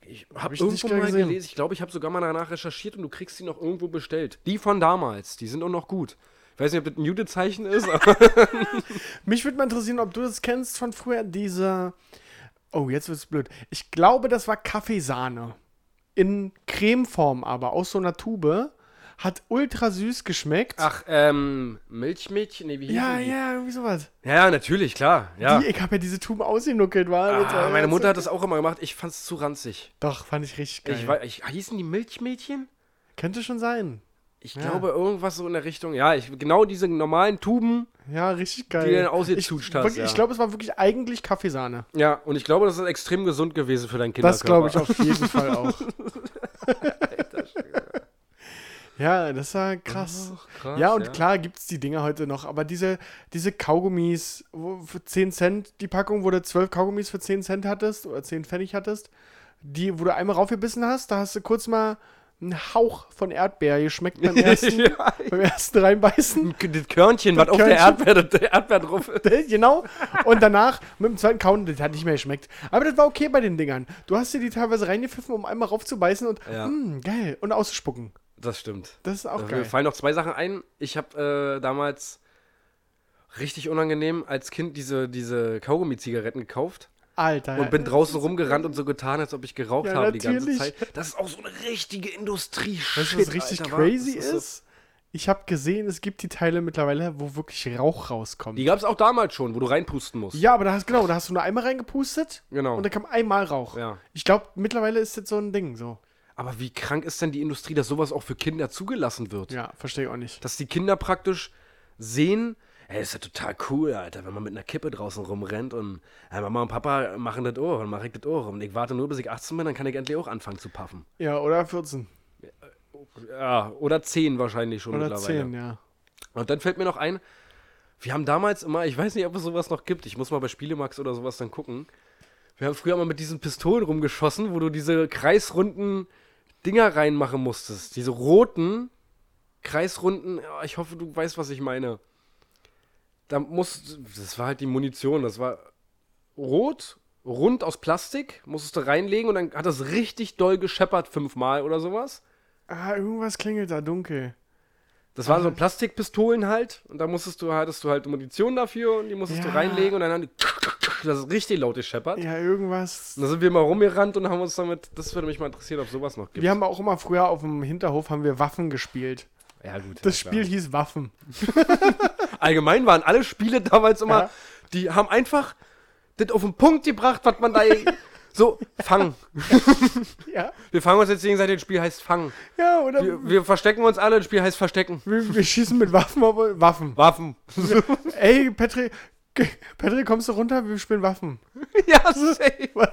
Speaker 3: ich habe
Speaker 2: ich nicht
Speaker 3: irgendwo mal
Speaker 2: gesehen.
Speaker 3: gelesen. Ich glaube, ich habe sogar mal danach recherchiert und du kriegst die noch irgendwo bestellt. Die von damals, die sind auch noch gut. Ich weiß nicht, ob das ein Jude-Zeichen ist, aber
Speaker 2: Mich würde mal interessieren, ob du das kennst von früher, diese. Oh, jetzt wird's blöd. Ich glaube, das war Kaffeesahne. In Cremeform aber, aus so einer Tube. Hat ultra süß geschmeckt.
Speaker 3: Ach, ähm, Milchmädchen? Nee, wie hieß
Speaker 2: ja,
Speaker 3: die?
Speaker 2: ja, irgendwie sowas.
Speaker 3: Ja, ja, natürlich, klar. Ja.
Speaker 2: Die, ich habe ja diese Tuben ausgenuckelt, war. das
Speaker 3: ah,
Speaker 2: war-
Speaker 3: meine Mutter hat das auch immer gemacht. Ich fand's zu ranzig.
Speaker 2: Doch, fand ich richtig geil.
Speaker 3: Ich, wei- ich, hießen die Milchmädchen?
Speaker 2: Könnte schon sein.
Speaker 3: Ich glaube, irgendwas so in der Richtung. Ja, ich, genau diese normalen Tuben.
Speaker 2: Ja, richtig geil.
Speaker 3: Die dann ausgezutscht
Speaker 2: ich,
Speaker 3: hast,
Speaker 2: wirklich,
Speaker 3: ja.
Speaker 2: Ich glaube, es war wirklich eigentlich Kaffeesahne.
Speaker 3: Ja, und ich glaube, das ist extrem gesund gewesen für deinen Kinderkörper.
Speaker 2: Das glaube ich auf jeden Fall auch. ja, das war krass.
Speaker 3: krass,
Speaker 2: ja, und
Speaker 3: ja.
Speaker 2: klar gibt es die Dinger heute noch, aber diese, diese Kaugummis wo für 10 Cent, die Packung, wo du 12 Kaugummis für 10 Cent hattest oder 10 Pfennig hattest, die, wo du einmal raufgebissen hast, da hast du kurz mal einen Hauch von Erdbeer geschmeckt beim ersten,
Speaker 3: Ja.
Speaker 2: beim ersten reinbeißen.
Speaker 3: Das Körnchen, was auf der
Speaker 2: Körnchen.
Speaker 3: Erdbeere, der Erdbeer drauf ist.
Speaker 2: genau. Und danach mit dem zweiten Kauen, das hat nicht mehr geschmeckt. Aber das war okay bei den Dingern. Du hast dir die teilweise reingepfiffen, um einmal raufzubeißen und
Speaker 3: Ja.
Speaker 2: "Mm, geil und auszuspucken.
Speaker 3: Das stimmt.
Speaker 2: Das ist auch
Speaker 3: Mir
Speaker 2: geil.
Speaker 3: fallen noch zwei Sachen ein. Ich habe äh, damals richtig unangenehm als Kind diese, diese Kaugummi-Zigaretten gekauft
Speaker 2: Alter.
Speaker 3: und bin draußen rumgerannt und so getan, als ob ich geraucht
Speaker 2: Ja,
Speaker 3: habe die ganze
Speaker 2: natürlich.
Speaker 3: Zeit. Das ist auch so eine richtige Industrie.
Speaker 2: weißt du, was richtig crazy ist? Ich habe gesehen, es gibt die Teile mittlerweile, wo wirklich Rauch rauskommt.
Speaker 3: Die gab es auch damals schon, wo du reinpusten musst.
Speaker 2: ja, aber da hast genau, da hast du nur einmal reingepustet
Speaker 3: Genau.
Speaker 2: und da kam einmal Rauch.
Speaker 3: Ja.
Speaker 2: Ich glaube, mittlerweile ist das so ein Ding so.
Speaker 3: Aber wie krank ist denn die Industrie, dass sowas auch für Kinder zugelassen wird?
Speaker 2: Ja, verstehe ich auch nicht.
Speaker 3: Dass die Kinder praktisch sehen, ey, ist ja total cool, Alter, wenn man mit einer Kippe draußen rumrennt und ey, Mama und Papa machen das auch und mache ich das auch. Und ich warte nur, bis ich 18 bin, dann kann ich endlich auch anfangen zu paffen.
Speaker 2: Ja, oder 14
Speaker 3: Ja, oder 10 wahrscheinlich schon
Speaker 2: oder
Speaker 3: mittlerweile.
Speaker 2: 10, ja.
Speaker 3: Und dann fällt mir noch ein, wir haben damals immer, ich weiß nicht, ob es sowas noch gibt, ich muss mal bei Spielemax oder sowas dann gucken. Wir haben früher mal mit diesen Pistolen rumgeschossen, wo du diese kreisrunden Dinger reinmachen musstest. Diese roten, kreisrunden, ja, ich hoffe, du weißt, was ich meine. Da musst, das war halt die Munition, das war rot, rund aus Plastik, musstest du reinlegen und dann hat das richtig doll gescheppert fünfmal oder sowas.
Speaker 2: Ah, irgendwas klingelt da dunkel.
Speaker 3: Das waren so Plastikpistolen halt und da musstest du, hattest du halt Munition dafür und die musstest
Speaker 2: Ja.
Speaker 3: du reinlegen und dann haben die, das ist richtig laut gescheppert.
Speaker 2: Ja, irgendwas.
Speaker 3: Und da sind wir mal rumgerannt und haben uns damit, das würde mich mal interessieren, ob sowas noch gibt.
Speaker 2: Wir haben auch immer früher auf dem Hinterhof haben wir Waffen gespielt.
Speaker 3: ja, gut,
Speaker 2: Das
Speaker 3: ja,
Speaker 2: Spiel hieß Waffen.
Speaker 3: klar. Allgemein waren alle Spiele damals immer,
Speaker 2: Ja.
Speaker 3: die haben einfach das auf den Punkt gebracht, was man da so, Fang.
Speaker 2: Ja,
Speaker 3: Wir fangen uns jetzt gegenseitig, das Spiel heißt Fang.
Speaker 2: ja oder wir,
Speaker 3: Wir, wir verstecken uns alle, das Spiel heißt Verstecken.
Speaker 2: wir, schießen mit Waffen, aber Waffen.
Speaker 3: Waffen.
Speaker 2: Ey, Patrick, Patrick, kommst du runter? Wir spielen Waffen.
Speaker 3: ja, safe.
Speaker 2: Was,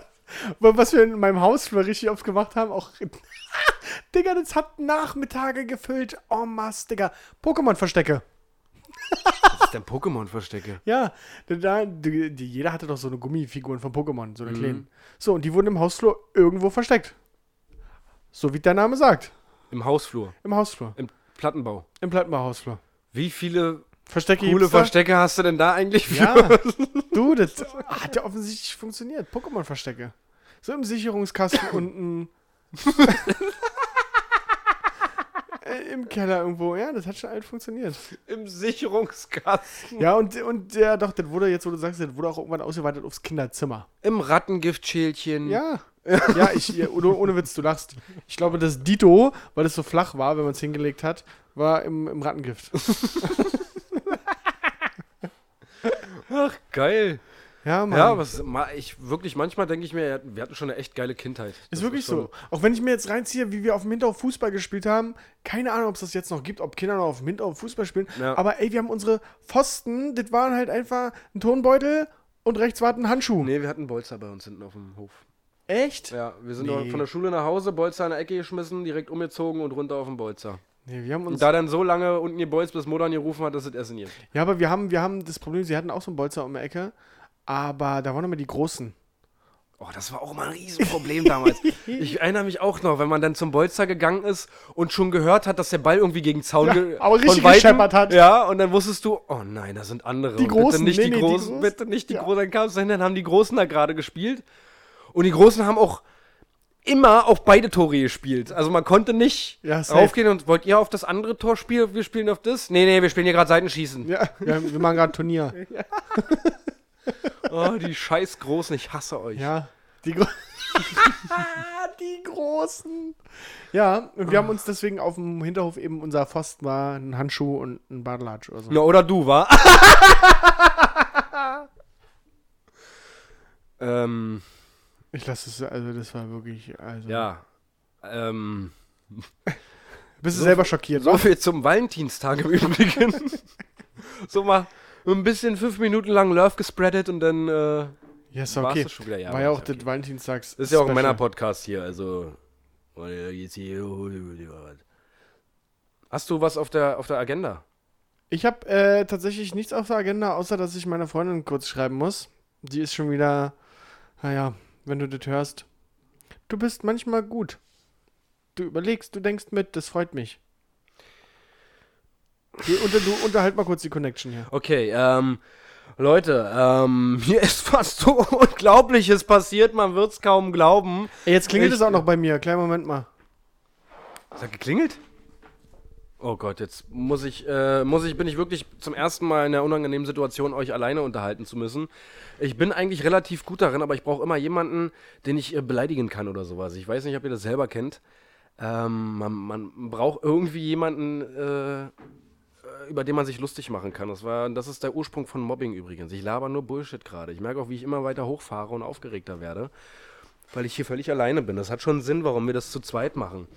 Speaker 2: was wir in meinem Haus früher richtig oft gemacht haben, auch. Digga, das habt Nachmittage gefüllt. Oh, Mast, Digga. Pokémon-Verstecke.
Speaker 3: Was ist denn Pokémon-Verstecke?
Speaker 2: Ja, da- da, die, die, jeder hatte doch so eine Gummifiguren von Pokémon, so
Speaker 3: Mhm.
Speaker 2: eine kleinen. So, und die wurden im Hausflur irgendwo versteckt. So wie der Name sagt.
Speaker 3: Im Hausflur,
Speaker 2: Im Hausflur.
Speaker 3: im Plattenbau.
Speaker 2: Im Plattenbau-Hausflur.
Speaker 3: Wie viele
Speaker 2: Verstecke
Speaker 3: coole
Speaker 2: gibt's da?
Speaker 3: Verstecke hast du denn da eigentlich? für-
Speaker 2: Ja. du, das hat ja offensichtlich funktioniert. Pokémon-Verstecke. So im Sicherungskasten unten. Äh, Im Keller irgendwo. Ja, das hat schon alt funktioniert.
Speaker 3: Im Sicherungskasten.
Speaker 2: Ja, und, und ja, doch, das wurde jetzt, wo du sagst, das wurde auch irgendwann ausgeweitet aufs Kinderzimmer.
Speaker 3: Im Rattengiftschälchen.
Speaker 2: Ja. ja, ich, ja, ohne, ohne Witz, du lachst. Ich glaube, das Dito, weil es so flach war, wenn man es hingelegt hat, war im, im Rattengift.
Speaker 3: Ach, geil.
Speaker 2: Ja, Mann.
Speaker 3: Ja, was ma- ich wirklich manchmal denke ich mir, wir hatten schon eine echt geile Kindheit. Das
Speaker 2: ist wirklich
Speaker 3: schon-
Speaker 2: so. Auch wenn ich mir jetzt reinziehe, wie wir auf dem Hinterhof Fußball gespielt haben, keine Ahnung, ob es das jetzt noch gibt, ob Kinder noch auf dem Hinterhof Fußball spielen,
Speaker 3: Ja.
Speaker 2: aber ey, wir haben unsere Pfosten, das waren halt einfach ein Turnbeutel und rechts war ein Handschuh.
Speaker 3: Nee, wir hatten Bolzer bei uns hinten auf dem Hof.
Speaker 2: Echt?
Speaker 3: Ja, wir sind
Speaker 2: Nee.
Speaker 3: von der Schule nach Hause, Bolzer in der Ecke geschmissen, direkt umgezogen und runter auf den Bolzer.
Speaker 2: Nee, wir haben
Speaker 3: Und
Speaker 2: uns.
Speaker 3: da dann so lange unten gebolzt, bis Mutter gerufen hat, dass es Essen gibt.
Speaker 2: Ja, aber wir haben, wir haben das Problem, sie hatten auch so einen Bolzer um die Ecke, aber da waren immer die Großen.
Speaker 3: Oh, das war auch mal ein Riesenproblem damals. Ich erinnere mich auch noch, wenn man dann zum Bolzer gegangen ist und schon gehört hat, dass der Ball irgendwie gegen den Zaun
Speaker 2: Ja,
Speaker 3: ge
Speaker 2: aber richtig
Speaker 3: Weitem-
Speaker 2: gescheppert hat.
Speaker 3: Ja, und dann wusstest du, oh nein, da sind andere.
Speaker 2: Die
Speaker 3: Und
Speaker 2: Großen,
Speaker 3: bitte nicht
Speaker 2: nee,
Speaker 3: die
Speaker 2: nee, die
Speaker 3: Großen,
Speaker 2: Großen.
Speaker 3: bitte nicht die
Speaker 2: Ja.
Speaker 3: Großen. Dann kamst du hin, dann haben die Großen da gerade gespielt. Und die Großen haben auch immer auf beide Tore gespielt. Also man konnte nicht
Speaker 2: Ja, safe.
Speaker 3: raufgehen und wollt ihr auf das andere Tor spielen? Wir spielen auf das? Nee, nee, wir spielen hier gerade Seitenschießen.
Speaker 2: Ja, wir, wir machen gerade ein Turnier.
Speaker 3: Oh, die scheiß Großen, ich hasse euch.
Speaker 2: Ja, die, Gro die Großen. Ja, und wir haben uns deswegen auf dem Hinterhof eben unser Pfosten war ein Handschuh und ein Badelatsch oder so.
Speaker 3: Na, oder du, wa? ähm,
Speaker 2: Ich lasse es, also das war wirklich, also.
Speaker 3: ja. Ähm,
Speaker 2: Bist du selber schockiert,
Speaker 3: so
Speaker 2: wa?
Speaker 3: viel zum Valentinstag im Übrigen. so mal ein bisschen fünf Minuten lang Love gespreadet und dann äh,
Speaker 2: Ja, ist
Speaker 3: war's
Speaker 2: okay.
Speaker 3: das schon wieder.
Speaker 2: war ja
Speaker 3: war's
Speaker 2: auch das Valentinstags.
Speaker 3: Das ist ja auch ein
Speaker 2: Special.
Speaker 3: Männer-Podcast hier, also. Warte, da geht's hier was. Hast du was auf der, auf der Agenda?
Speaker 2: Ich habe äh, tatsächlich nichts auf der Agenda, außer dass ich meiner Freundin kurz schreiben muss. Die ist schon wieder, naja, wenn du das hörst. Du bist manchmal gut. Du überlegst, du denkst mit, das freut mich. Du, unter, du unterhalt mal kurz die Connection hier.
Speaker 3: Okay, ähm, Leute, ähm, hier ist was so Unglaubliches passiert, man wird's kaum glauben.
Speaker 2: Ey, jetzt klingelt
Speaker 3: Ich-
Speaker 2: es auch noch bei mir. Kleinen Moment mal.
Speaker 3: Ist das geklingelt? Oh Gott, jetzt muss ich, äh, muss ich, bin ich wirklich zum ersten Mal in der unangenehmen Situation, euch alleine unterhalten zu müssen. Ich bin eigentlich relativ gut darin, aber ich brauche immer jemanden, den ich äh, beleidigen kann oder sowas. Ich weiß nicht, ob ihr das selber kennt. Ähm, man, man braucht irgendwie jemanden, äh, über den man sich lustig machen kann. Das, war, das ist der Ursprung von Mobbing übrigens. Ich laber nur Bullshit gerade. Ich merke auch, wie ich immer weiter hochfahre und aufgeregter werde, weil ich hier völlig alleine bin. Das hat schon Sinn, warum wir das zu zweit machen.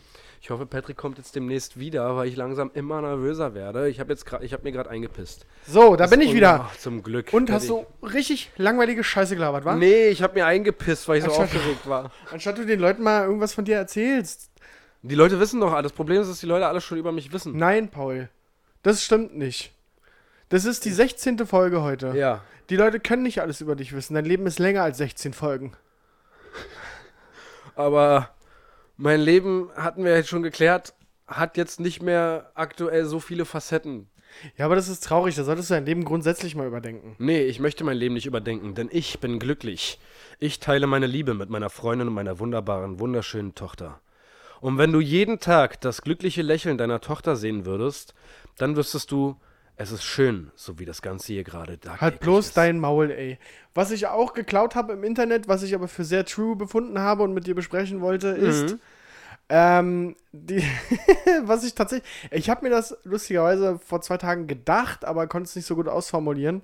Speaker 3: Ich hoffe, Patrick kommt jetzt demnächst wieder, weil ich langsam immer nervöser werde. Ich habe hab mir gerade eingepisst.
Speaker 2: So, da bin ich
Speaker 3: Und-
Speaker 2: wieder.
Speaker 3: Ach, zum Glück.
Speaker 2: Und hast
Speaker 3: Fertig.
Speaker 2: du richtig langweilige Scheiße gelabert, wa?
Speaker 3: Nee, ich habe mir eingepisst, weil ich so
Speaker 2: Ach,
Speaker 3: aufgeregt war.
Speaker 2: Anstatt du den Leuten mal irgendwas von dir erzählst.
Speaker 3: Die Leute wissen doch alles. Das Problem ist, dass die Leute alles schon über mich wissen.
Speaker 2: Nein, Paul. Das stimmt nicht. Das ist die 16. Folge heute.
Speaker 3: Ja.
Speaker 2: Die Leute können nicht alles über dich wissen. Dein Leben ist länger als 16 Folgen.
Speaker 3: Aber mein Leben, hatten wir jetzt schon geklärt, hat jetzt nicht mehr aktuell so viele Facetten.
Speaker 2: Ja, aber das ist traurig. Da solltest du dein Leben grundsätzlich mal überdenken.
Speaker 3: Nee, ich möchte mein Leben nicht überdenken, denn ich bin glücklich. Ich teile meine Liebe mit meiner Freundin und meiner wunderbaren, wunderschönen Tochter. Und wenn du jeden Tag das glückliche Lächeln deiner Tochter sehen würdest, dann wüsstest du, es ist schön, so wie das Ganze hier gerade da
Speaker 2: Halt bloß dein Maul, ey. Was ich auch geklaut habe im Internet, was ich aber für sehr true befunden habe und mit dir besprechen wollte, ist, ähm, die, was ich tatsächlich, ich habe mir das lustigerweise vor zwei Tagen gedacht, aber konnte es nicht so gut ausformulieren.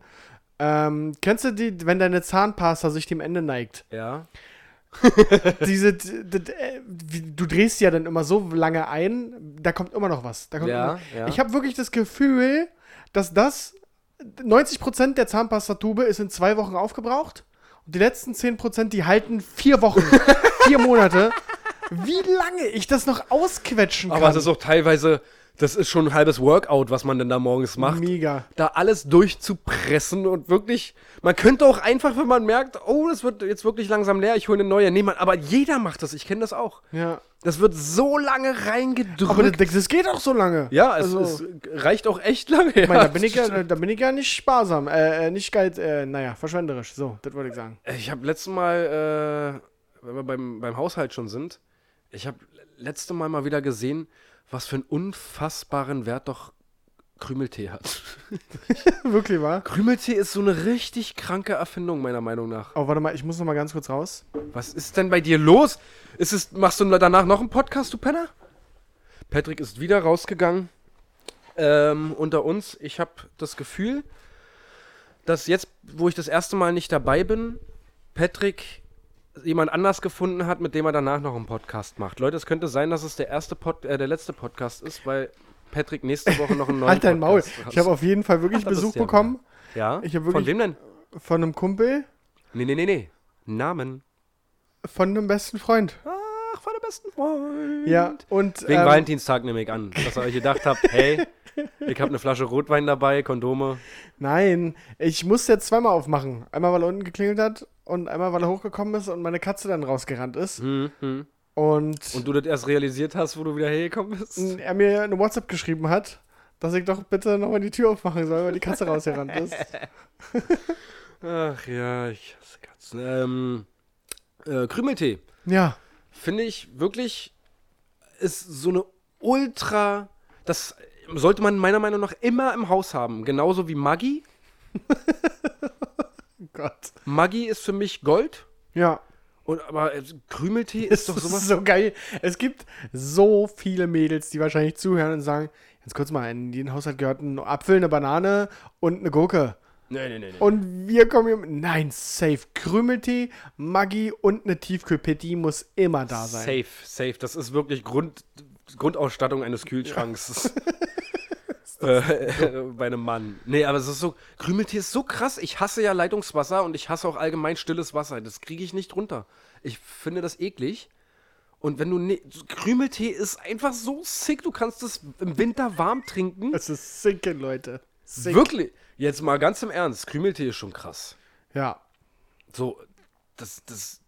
Speaker 2: Ähm, kennst du die, wenn deine Zahnpasta sich dem Ende neigt?
Speaker 3: Ja.
Speaker 2: Diese, d- d- äh, wie- du drehst die ja dann immer so lange ein, da kommt immer noch was. Da kommt
Speaker 3: Ja,
Speaker 2: immer,
Speaker 3: ja.
Speaker 2: Ich habe wirklich das Gefühl, dass das 90% der Zahnpastatube ist in zwei Wochen aufgebraucht und die letzten 10%, die halten vier Wochen, vier Monate. Wie lange ich das noch ausquetschen kann.
Speaker 3: Aber es ist auch teilweise, das ist schon ein halbes Workout, was man denn da morgens macht.
Speaker 2: Mega.
Speaker 3: Da alles durchzupressen und wirklich, man könnte auch einfach, wenn man merkt, oh, das wird jetzt wirklich langsam leer, ich hole eine neue. Nee, man, aber jeder macht das, ich kenne das auch.
Speaker 2: Ja.
Speaker 3: Das wird so lange reingedrückt.
Speaker 2: Aber das, das geht auch so lange.
Speaker 3: ja, es,
Speaker 2: Also-
Speaker 3: es reicht auch echt lange.
Speaker 2: Ich meine, da bin ich ja, da bin ich ja nicht sparsam, äh, äh, nicht geiz, äh, naja, verschwenderisch. So, das wollte ich sagen.
Speaker 3: Äh, Ich habe letztes Mal, äh, wenn wir beim, beim Haushalt schon sind, ich habe letzte Mal mal wieder gesehen, was für einen unfassbaren Wert doch Krümeltee hat.
Speaker 2: Wirklich, wa?
Speaker 3: Krümeltee ist so eine richtig kranke Erfindung, meiner Meinung nach.
Speaker 2: Oh, warte mal, ich muss noch mal ganz kurz raus.
Speaker 3: Was ist denn bei dir los? Ist es, machst du danach noch einen Podcast, du Penner? Patrick ist wieder rausgegangen. Ähm, unter uns, ich habe das Gefühl, dass jetzt, wo ich das erste Mal nicht dabei bin, Patrick jemand anders gefunden hat, mit dem er danach noch einen Podcast macht. Leute, es könnte sein, dass es der erste Pod äh, der letzte Podcast ist, weil Patrick nächste Woche noch einen neuen
Speaker 2: Halt dein Maul.
Speaker 3: Podcast
Speaker 2: Ich habe auf jeden Fall wirklich
Speaker 3: Ach, da bist
Speaker 2: Besuch
Speaker 3: du ja
Speaker 2: bekommen
Speaker 3: Ja?
Speaker 2: ich hab
Speaker 3: Von
Speaker 2: wirklich-
Speaker 3: wem denn?
Speaker 2: von einem Kumpel,
Speaker 3: Nee, nee, nee, nee. Namen.
Speaker 2: von einem besten Freund.
Speaker 3: Ach, von der besten Freund.
Speaker 2: Ja, und
Speaker 3: Wegen
Speaker 2: ähm,
Speaker 3: Valentinstag nehme ich an, dass ihr euch gedacht habt, hey, ich habe eine Flasche Rotwein dabei, Kondome.
Speaker 2: nein, ich musste jetzt zweimal aufmachen. Einmal, weil er unten geklingelt hat und einmal, weil er hochgekommen ist und meine Katze dann rausgerannt ist.
Speaker 3: Hm,
Speaker 2: Und,
Speaker 3: Und du das erst realisiert hast, wo du wieder hergekommen bist.
Speaker 2: er mir eine WhatsApp geschrieben hat, dass ich doch bitte nochmal die Tür aufmachen soll, weil die Katze rausgerannt ist.
Speaker 3: Ach ja, ich hasse Katzen. Ähm, äh, Krümeltee
Speaker 2: Ja,
Speaker 3: finde ich wirklich ist so eine ultra. Das sollte man meiner Meinung nach immer im Haus haben. Genauso wie Maggi.
Speaker 2: Gott.
Speaker 3: Maggi ist für mich Gold.
Speaker 2: Ja,
Speaker 3: Und, aber äh, Krümeltee
Speaker 2: Das
Speaker 3: ist doch sowas.
Speaker 2: so geil. Es gibt so viele Mädels, die wahrscheinlich zuhören und sagen, jetzt kurz mal, in jeden Haushalt gehört ein Apfel, eine Banane und eine Gurke.
Speaker 3: Nee, nee, nee, nee.
Speaker 2: Und wir kommen hier mit, nein, safe, Krümeltee, Maggi und eine Tiefkühlpetty muss immer da sein.
Speaker 3: Safe, safe. Das ist wirklich Grund, Grundausstattung eines Kühlschranks. äh, bei einem Mann. Nee, aber es ist so, Krümeltee ist so krass. Ich hasse ja Leitungswasser und ich hasse auch allgemein stilles Wasser. Das kriege ich nicht runter. Ich finde das eklig. Und wenn du ne Krümeltee ist einfach so sick. Du kannst es im Winter warm trinken.
Speaker 2: Es ist sinken, Leute. Sick.
Speaker 3: Wirklich. Jetzt mal ganz im Ernst. Krümeltee ist schon krass.
Speaker 2: Ja.
Speaker 3: So, das, das,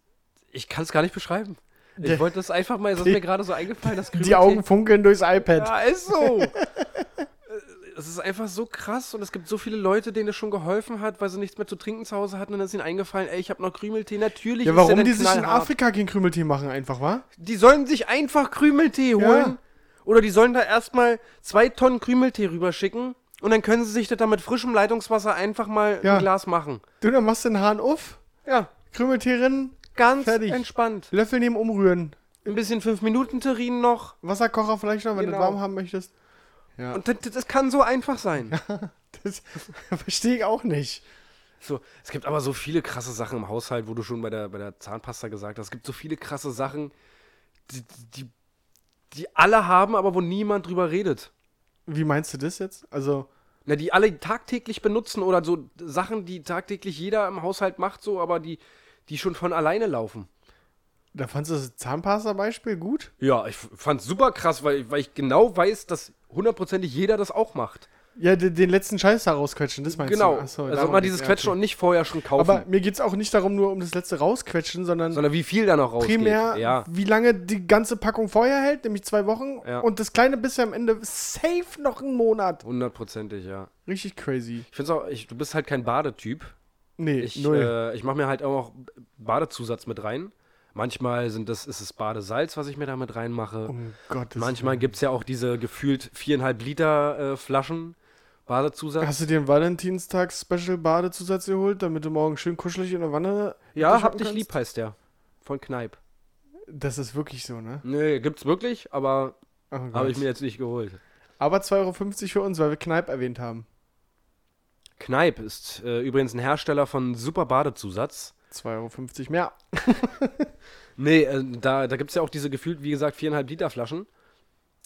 Speaker 3: ich kann es gar nicht beschreiben. Ich
Speaker 2: Der-
Speaker 3: wollte das einfach mal, es ist
Speaker 2: die-
Speaker 3: mir gerade so eingefallen, dass Krümeltee.
Speaker 2: Die Augen funkeln durchs iPad.
Speaker 3: Ja, ist so. Äh, Es ist einfach so krass und es gibt so viele Leute, denen es schon geholfen hat, weil sie nichts mehr zu trinken zu Hause hatten und dann ist ihnen eingefallen, ey, ich habe noch Krümeltee. Natürlich
Speaker 2: Ja,
Speaker 3: ist
Speaker 2: warum
Speaker 3: der
Speaker 2: die
Speaker 3: denn
Speaker 2: sich in
Speaker 3: knallhart.
Speaker 2: Afrika kein Krümeltee machen, einfach, wa?
Speaker 3: Die sollen sich einfach Krümeltee holen oder die sollen da erstmal zwei Tonnen Krümeltee rüberschicken und dann können sie sich das da mit frischem Leitungswasser einfach mal
Speaker 2: Ja.
Speaker 3: ein Glas machen.
Speaker 2: Du, dann machst du den Hahn auf,
Speaker 3: Ja,
Speaker 2: Krümeltee rein,
Speaker 3: ganz
Speaker 2: Fertig.
Speaker 3: entspannt.
Speaker 2: Löffel nehmen, umrühren.
Speaker 3: Ein bisschen 5-Minuten-Terrin noch.
Speaker 2: Wasserkocher vielleicht noch, wenn du
Speaker 3: Genau.
Speaker 2: es warm haben möchtest. Ja.
Speaker 3: Und das, das kann so einfach sein.
Speaker 2: Das verstehe ich auch nicht.
Speaker 3: So, es gibt aber so viele krasse Sachen im Haushalt, wo du schon bei der, bei der Zahnpasta gesagt hast. Es gibt so viele krasse Sachen, die, die, die alle haben, aber wo niemand drüber redet.
Speaker 2: Wie meinst du das jetzt? Also,
Speaker 3: Na, die alle tagtäglich benutzen oder so Sachen, die tagtäglich jeder im Haushalt macht, so, aber die, die schon von alleine laufen.
Speaker 2: da fandst du das Zahnpasta-Beispiel gut?
Speaker 3: Ja, ich f- fand's super krass, weil, weil ich genau weiß, dass hundertprozentig jeder das auch macht.
Speaker 2: Ja, den, den letzten Scheiß da rausquetschen, das meinst
Speaker 3: genau.
Speaker 2: du? Ach so,
Speaker 3: also
Speaker 2: darum
Speaker 3: immer dieses
Speaker 2: geht's,
Speaker 3: Quetschen
Speaker 2: ja, okay.
Speaker 3: und nicht vorher schon kaufen.
Speaker 2: Aber mir geht es auch nicht darum, nur um das letzte rausquetschen, sondern,
Speaker 3: sondern wie viel da noch rausgeht.
Speaker 2: primär,
Speaker 3: ja.
Speaker 2: wie lange die ganze Packung Feuer hält, nämlich zwei Wochen.
Speaker 3: Ja.
Speaker 2: Und das kleine bis am Ende safe noch einen Monat.
Speaker 3: Hundertprozentig, ja.
Speaker 2: Richtig crazy.
Speaker 3: Ich find's auch, ich, du bist halt kein Badetyp.
Speaker 2: Nee,
Speaker 3: Ich,
Speaker 2: null.
Speaker 3: äh, ich mache mir halt auch Badezusatz mit rein. Manchmal sind das, ist es Badesalz, was ich mir damit reinmache.
Speaker 2: Um Gottes
Speaker 3: Manchmal
Speaker 2: Willen.
Speaker 3: gibt es ja auch diese gefühlt viereinhalb Liter äh, Flaschen Badezusatz.
Speaker 2: Hast du dir einen Valentinstags-Special-Badezusatz geholt, damit du morgen schön kuschelig in der Wanne.
Speaker 3: ja,
Speaker 2: duschen
Speaker 3: hab dich
Speaker 2: kannst?
Speaker 3: lieb heißt der. Von Kneip.
Speaker 2: Das ist wirklich so, ne?
Speaker 3: Nee, gibt's wirklich, aber
Speaker 2: Oh
Speaker 3: habe
Speaker 2: Gott.
Speaker 3: ich mir jetzt nicht geholt.
Speaker 2: Aber 2,50 Euro für uns, weil wir Kneipp erwähnt haben.
Speaker 3: Kneip ist äh, übrigens ein Hersteller von super Badezusatz.
Speaker 2: 2,50 Euro mehr.
Speaker 3: Nee, äh, da, da gibt es ja auch diese gefühlt, wie gesagt, viereinhalb Liter Flaschen.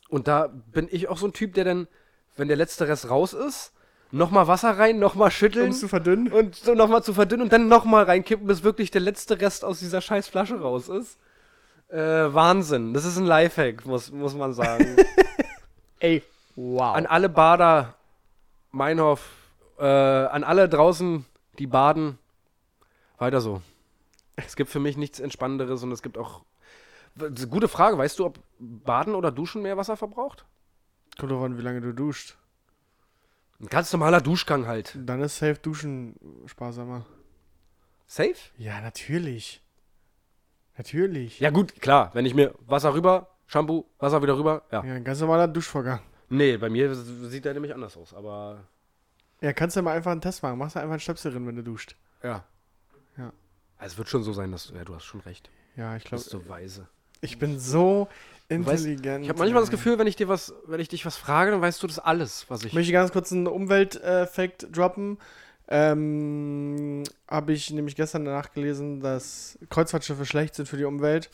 Speaker 3: Und da bin ich auch so ein Typ, der dann, wenn der letzte Rest raus ist, nochmal Wasser rein, nochmal
Speaker 2: Um
Speaker 3: schütteln
Speaker 2: es zu verdünnen.
Speaker 3: und so nochmal zu verdünnen und dann nochmal reinkippen, bis wirklich der letzte Rest aus dieser scheiß Flasche raus ist. Äh, Wahnsinn. Das ist ein Lifehack, muss, muss man sagen.
Speaker 2: Ey, wow.
Speaker 3: an alle Bader, Meinhof, äh, an alle draußen, die baden, weiter so. Es gibt für mich nichts Entspannenderes und es gibt auch. W- Gute Frage, weißt du, ob Baden oder Duschen mehr Wasser verbraucht?
Speaker 2: Kommt drauf an, wie lange du duscht.
Speaker 3: Ein ganz normaler Duschgang halt.
Speaker 2: Dann ist safe duschen sparsamer.
Speaker 3: Safe?
Speaker 2: Ja, natürlich. Natürlich.
Speaker 3: Ja, gut, klar. Wenn ich mir Wasser rüber, Shampoo, Wasser wieder rüber, ja.
Speaker 2: Ja, ein ganz normaler Duschvorgang.
Speaker 3: Nee, bei mir sieht der nämlich anders aus, aber.
Speaker 2: Ja, kannst du mal einfach einen Test machen. Machst du einfach einen Stöpsel drin, wenn du duscht.
Speaker 3: Ja.
Speaker 2: Ja.
Speaker 3: Es wird schon so sein, dass du. Ja, du hast schon recht.
Speaker 2: Ja, ich
Speaker 3: Du
Speaker 2: glaube,
Speaker 3: bist so weise.
Speaker 2: ich bin so
Speaker 3: weißt,
Speaker 2: intelligent.
Speaker 3: Ich habe manchmal das
Speaker 2: ey.
Speaker 3: Gefühl, wenn ich dir was, wenn ich dich was frage, dann weißt du das alles, was ich.
Speaker 2: Ich möchte ganz kurz einen Umwelt-Fact droppen. Ähm, habe ich nämlich gestern nachgelesen, dass Kreuzfahrtschiffe schlecht sind für die Umwelt.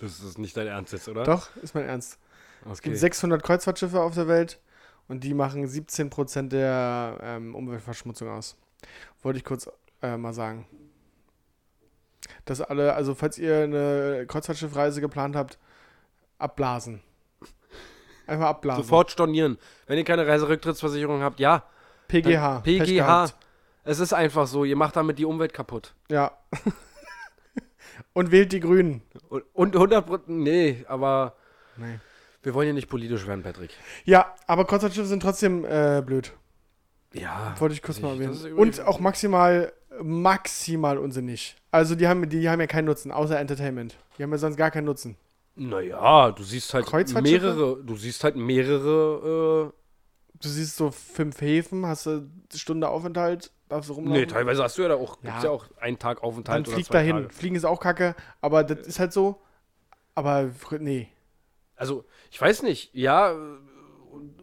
Speaker 3: Das ist nicht dein Ernst jetzt, oder?
Speaker 2: Doch, ist mein Ernst.
Speaker 3: Okay.
Speaker 2: Es gibt 600 Kreuzfahrtschiffe auf der Welt und die machen 17% der ähm, Umweltverschmutzung aus. Wollte ich kurz äh, mal sagen. Dass alle, also falls ihr eine Kreuzfahrtschiffreise geplant habt, abblasen. Einfach abblasen.
Speaker 3: Sofort stornieren. Wenn ihr keine Reiserücktrittsversicherung habt, ja. dann
Speaker 2: PGH. Pech
Speaker 3: PGH.
Speaker 2: gehabt.
Speaker 3: Es ist einfach so, ihr macht damit die Umwelt kaputt.
Speaker 2: Ja. und wählt die Grünen.
Speaker 3: Und, und 100 Nee, aber
Speaker 2: Nee.
Speaker 3: wir wollen hier nicht politisch werden, Patrick.
Speaker 2: Ja, aber Kreuzfahrtschiffe sind trotzdem äh, blöd.
Speaker 3: Ja.
Speaker 2: Wollte ich kurz mal
Speaker 3: Ich- das ist
Speaker 2: erwähnen.
Speaker 3: übrigens-
Speaker 2: Und auch maximal, maximal unsinnig. Also die haben, die haben ja keinen Nutzen, außer Entertainment. Die haben ja sonst gar keinen Nutzen.
Speaker 3: Naja, du siehst halt
Speaker 2: Kreuzfahrtschiffe?
Speaker 3: mehrere. Du siehst halt mehrere. äh,
Speaker 2: Du siehst so fünf Häfen, hast du eine Stunde Aufenthalt, darfst du
Speaker 3: Äh, nee,
Speaker 2: rumlaufen.
Speaker 3: teilweise hast du ja da auch.
Speaker 2: Ja.
Speaker 3: Gibt's ja auch einen Tag Aufenthalt
Speaker 2: Dann
Speaker 3: oder
Speaker 2: flieg
Speaker 3: zwei
Speaker 2: dahin.
Speaker 3: Tage. Äh.
Speaker 2: Fliegen ist auch kacke, aber das ist halt so. Aber fr- nee.
Speaker 3: also ich weiß nicht, ja, äh,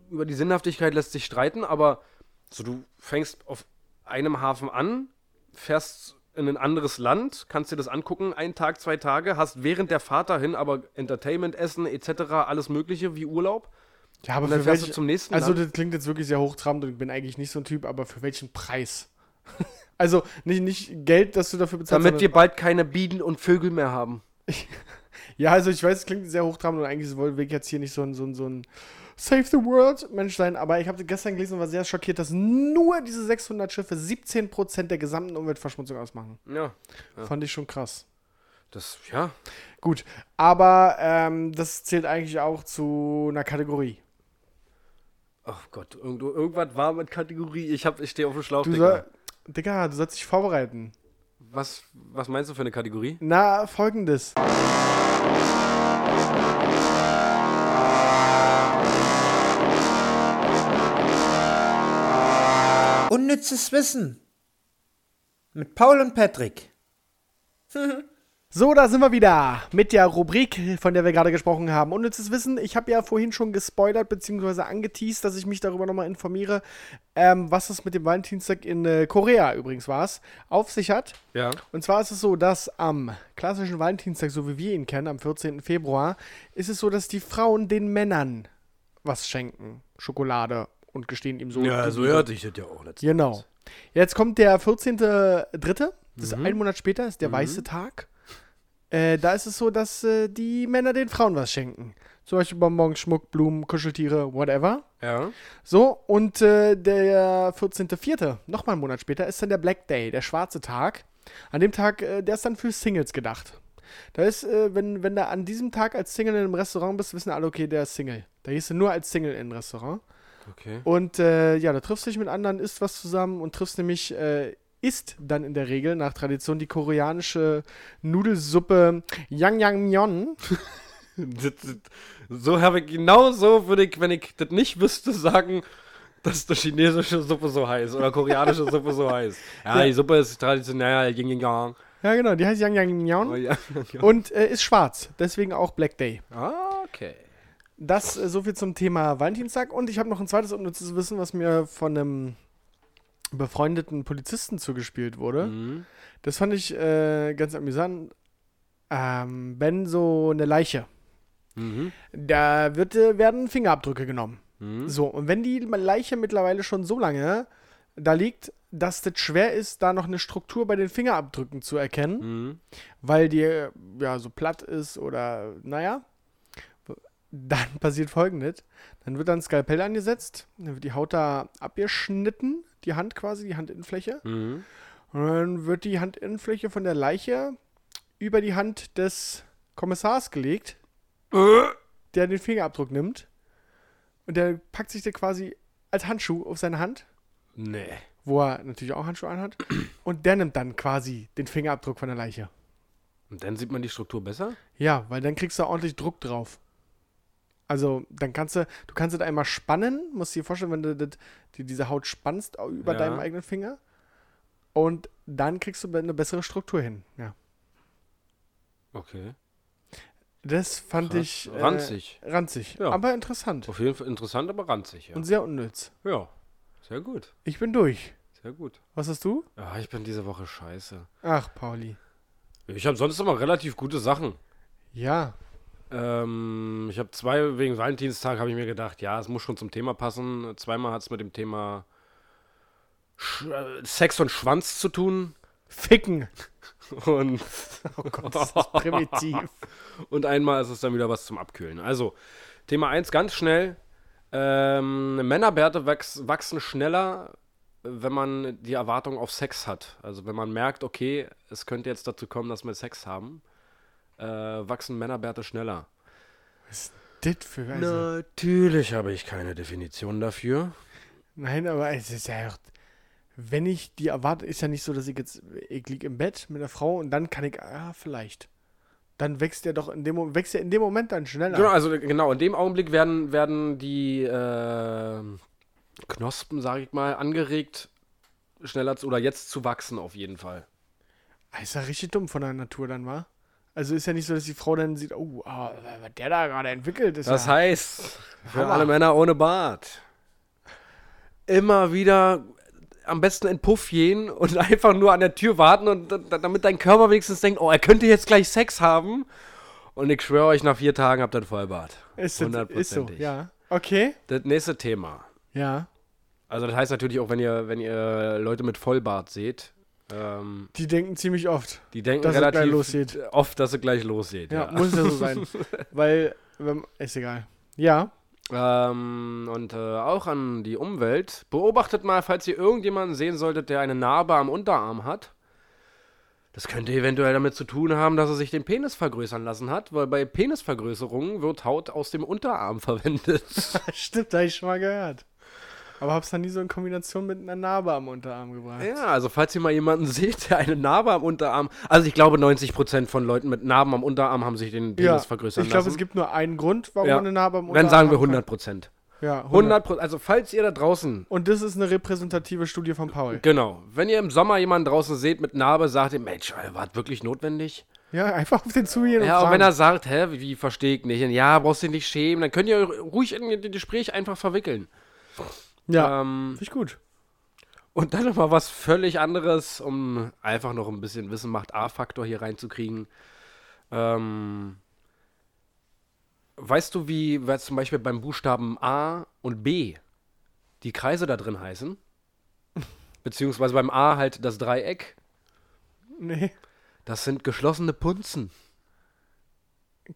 Speaker 3: über die Sinnhaftigkeit lässt sich streiten, aber so du fängst auf einem Hafen an, fährst in ein anderes Land, kannst dir das angucken, einen Tag, zwei Tage, hast während der Fahrt dahin aber Entertainment, Essen etc., alles mögliche wie Urlaub.
Speaker 2: Ja, aber
Speaker 3: Und dann
Speaker 2: für
Speaker 3: fährst du
Speaker 2: welche-
Speaker 3: zum nächsten
Speaker 2: Also
Speaker 3: Land.
Speaker 2: das klingt jetzt wirklich sehr hochtrabend und ich bin eigentlich nicht so ein Typ, aber für welchen Preis? also nicht, nicht Geld, das du dafür bezahlst.
Speaker 3: Damit wir bald keine Bienen und Vögel mehr haben.
Speaker 2: Ja, also ich weiß, es klingt sehr hochtrabend und eigentlich will ich jetzt hier nicht so ein, so ein, so ein Save the World Mensch sein, aber ich habe gestern gelesen und war sehr schockiert, dass nur diese 600 Schiffe 17% der gesamten Umweltverschmutzung ausmachen.
Speaker 3: Ja.
Speaker 2: Fand ich schon krass.
Speaker 3: Das, ja.
Speaker 2: Gut, aber ähm, das zählt eigentlich auch zu einer Kategorie.
Speaker 3: Ach Gott, irgend, irgendwas war mit Kategorie. Ich, hab- ich stehe auf dem Schlauch.
Speaker 2: Du
Speaker 3: Digga.
Speaker 2: soll, Digga, du sollst dich vorbereiten.
Speaker 3: Was, was meinst du für eine Kategorie?
Speaker 2: Na, folgendes.
Speaker 4: Unnützes Wissen. Mit Paul und Patrick.
Speaker 2: So, da sind wir wieder mit der Rubrik, von der wir gerade gesprochen haben. Unnützes Wissen, ich habe ja vorhin schon gespoilert bzw. angeteased, dass ich mich darüber nochmal informiere, ähm, was es mit dem Valentinstag in äh, Korea übrigens war, auf sich hat.
Speaker 3: Ja.
Speaker 2: Und zwar ist es so, dass am klassischen Valentinstag, so wie wir ihn kennen, am 14. Februar, ist es so, dass die Frauen den Männern was schenken. Schokolade und gestehen ihm so. die Liebe.
Speaker 3: ich das ja auch letztens.
Speaker 2: Genau. Jetzt kommt der 14.3., das ist ein Monat später, ist der weiße Tag. Äh, da ist es so, dass äh, die Männer den Frauen was schenken. Zum Beispiel Bonbons, Schmuck, Blumen, Kuscheltiere, whatever.
Speaker 3: Ja.
Speaker 2: So, und äh, der 14.4., nochmal einen Monat später, ist dann der Black Day, der schwarze Tag. An dem Tag, äh, der ist dann für Singles gedacht. Da ist, äh, wenn, wenn du an diesem Tag als Single in einem Restaurant bist, wissen alle, okay, der ist Single. Da gehst du nur als Single in ein Restaurant.
Speaker 3: Okay.
Speaker 2: Und äh, ja, da triffst du dich mit anderen, isst was zusammen und triffst nämlich äh, isst dann in der Regel nach Tradition die koreanische Nudelsuppe Yangyangmyeon.
Speaker 3: Das, das, so habe ich genau so würde ich, wenn ich das nicht wüsste, sagen, dass die chinesische Suppe so heißt oder koreanische Suppe so heißt. Ja, die Suppe ist traditionell Yin Yin Yang.
Speaker 2: Ja, genau, die heißt
Speaker 3: Oh,
Speaker 2: Yangyangmyeon
Speaker 3: ja.
Speaker 2: und äh, ist schwarz, deswegen auch Black Day.
Speaker 3: Ah, okay.
Speaker 2: Das äh, so viel zum Thema Valentinstag und ich habe noch ein zweites unnützes Wissen, was mir von einem befreundeten Polizisten zugespielt wurde.
Speaker 3: Mhm.
Speaker 2: Das fand ich äh, ganz amüsant. Ähm, wenn so eine Leiche,
Speaker 3: Mhm.
Speaker 2: da wird, äh, werden Fingerabdrücke genommen.
Speaker 3: Mhm.
Speaker 2: So, und wenn die Leiche mittlerweile schon so lange da liegt, dass das schwer ist, da noch eine Struktur bei den Fingerabdrücken zu erkennen,
Speaker 3: Mhm.
Speaker 2: weil die äh, ja so platt ist oder naja, dann passiert folgendes. Dann wird dann ein Skalpell angesetzt, dann wird die Haut da abgeschnitten, die Hand quasi, die Handinnenfläche.
Speaker 3: Mhm.
Speaker 2: Und dann wird die Handinnenfläche von der Leiche über die Hand des Kommissars gelegt, der den Fingerabdruck nimmt. Und der packt sich der quasi als Handschuh auf seine Hand,
Speaker 3: Nee.
Speaker 2: wo er natürlich auch Handschuhe anhat. Und der nimmt dann quasi den Fingerabdruck von der Leiche.
Speaker 3: Und dann sieht man die Struktur besser?
Speaker 2: Ja, weil dann kriegst du ordentlich Druck drauf. Also, dann kannst du, du kannst es einmal spannen, musst dir vorstellen, wenn du das, die, diese Haut spannst au- über
Speaker 3: Ja.
Speaker 2: deinem eigenen Finger. Und dann kriegst du eine bessere Struktur hin. Ja.
Speaker 3: Okay.
Speaker 2: Das fand
Speaker 3: Krass.
Speaker 2: ich. äh,
Speaker 3: Ranzig.
Speaker 2: Ranzig.
Speaker 3: Ja.
Speaker 2: Aber interessant.
Speaker 3: Auf jeden Fall interessant, aber ranzig, ja.
Speaker 2: Und sehr unnütz.
Speaker 3: ja. Sehr gut.
Speaker 2: Ich bin durch.
Speaker 3: Sehr gut.
Speaker 2: Was hast du?
Speaker 3: Ah, ich bin diese Woche scheiße.
Speaker 2: Ach, Pauli.
Speaker 3: Ich habe sonst immer relativ gute Sachen.
Speaker 2: Ja.
Speaker 3: Ähm, ich habe zwei, wegen Valentinstag habe ich mir gedacht, ja, es muss schon zum Thema passen. Zweimal hat es mit dem Thema Sch äh, Sex und Schwanz zu tun.
Speaker 2: Ficken.
Speaker 3: Und,
Speaker 2: Oh Gott, das ist primitiv.
Speaker 3: und einmal ist es dann wieder was zum Abkühlen. Also, Thema 1 ganz schnell. Ähm, Männerbärte wachs wachsen schneller, wenn man die Erwartung auf Sex hat. Also, wenn man merkt, okay, es könnte jetzt dazu kommen, dass wir Sex haben, äh, wachsen Männerbärte schneller.
Speaker 2: Dit für also.
Speaker 3: Natürlich habe ich keine Definition dafür.
Speaker 2: Nein, aber es ist ja. auch- Wenn ich die erwarte, ist ja nicht so, dass ich jetzt. Ich liege im Bett mit einer Frau und dann kann ich. Ah, vielleicht. Dann wächst der doch in dem, Mo- wächst der in dem Moment dann schneller.
Speaker 3: Genau, also genau, in dem Augenblick werden, werden die äh, Knospen, sage ich mal, angeregt, schneller zu, oder jetzt zu wachsen auf jeden Fall.
Speaker 2: Ah, Ist ja richtig dumm von der Natur dann, wa? Also ist ja nicht so, dass die Frau dann sieht, oh, ah, was der da gerade entwickelt ist.
Speaker 3: Das
Speaker 2: ja.
Speaker 3: heißt, für
Speaker 2: Hammer.
Speaker 3: alle Männer ohne Bart, immer wieder am besten in Puff gehen und einfach nur an der Tür warten und da- damit dein Körper wenigstens denkt, oh, er könnte jetzt gleich Sex haben. Und ich schwöre euch, nach vier Tagen habt ihr einen Vollbart.
Speaker 2: Ist, das- ist so,
Speaker 3: Hundertprozentig.
Speaker 2: ja. Okay.
Speaker 3: Das nächste Thema.
Speaker 2: Ja.
Speaker 3: Also das heißt natürlich auch, wenn ihr, wenn ihr Leute mit Vollbart seht, ähm,
Speaker 2: Die denken ziemlich oft.
Speaker 3: die denken
Speaker 2: Dass es gleich
Speaker 3: relativ
Speaker 2: losgeht.
Speaker 3: oft, dass sie gleich losgeht.
Speaker 2: Ja,
Speaker 3: Ja.
Speaker 2: muss ja so sein. Weil, wenn, ist egal. Ja.
Speaker 3: Ähm, und äh, auch an die Umwelt. Beobachtet mal, falls ihr irgendjemanden sehen solltet, der eine Narbe am Unterarm hat. Das könnte eventuell damit zu tun haben, dass er sich den Penis vergrößern lassen hat, weil bei Penisvergrößerungen wird Haut aus dem Unterarm verwendet.
Speaker 2: Stimmt, habe ich schon mal gehört. Aber hab's dann nie so in Kombination mit einer Narbe am Unterarm gebracht.
Speaker 3: Ja, also falls ihr mal jemanden seht, der eine Narbe am Unterarm, also ich glaube 90% von Leuten mit Narben am Unterarm haben sich den Penis vergrößern
Speaker 2: ich
Speaker 3: lassen.
Speaker 2: glaube, es gibt nur einen Grund, warum
Speaker 3: Ja.
Speaker 2: man eine Narbe am Unterarm
Speaker 3: Dann sagen wir
Speaker 2: hat.
Speaker 3: 100%.
Speaker 2: Ja, 100.
Speaker 3: 100 also falls ihr da draußen,
Speaker 2: Und das ist eine repräsentative Studie von Paul.
Speaker 3: genau, wenn ihr im Sommer jemanden draußen seht mit Narbe, sagt ihr, Mensch, Alter, war das wirklich notwendig?
Speaker 2: Ja, einfach auf den zugehen
Speaker 3: Ja,
Speaker 2: und
Speaker 3: und
Speaker 2: fragen.
Speaker 3: wenn er sagt, hä, wie, wie verstehe ich nicht? Und Ja, brauchst du dich nicht schämen, dann könnt ihr euch ruhig in das Gespräch einfach verwickeln.
Speaker 2: ja.
Speaker 3: Ähm,
Speaker 2: Finde ich gut.
Speaker 3: Und dann nochmal was völlig anderes, um einfach noch ein bisschen Wissen macht A-Faktor hier reinzukriegen. Ähm, weißt du, wie was zum Beispiel beim Buchstaben A und B die Kreise da drin heißen? Beziehungsweise beim A halt das Dreieck.
Speaker 2: Nee.
Speaker 3: Das sind geschlossene Punzen.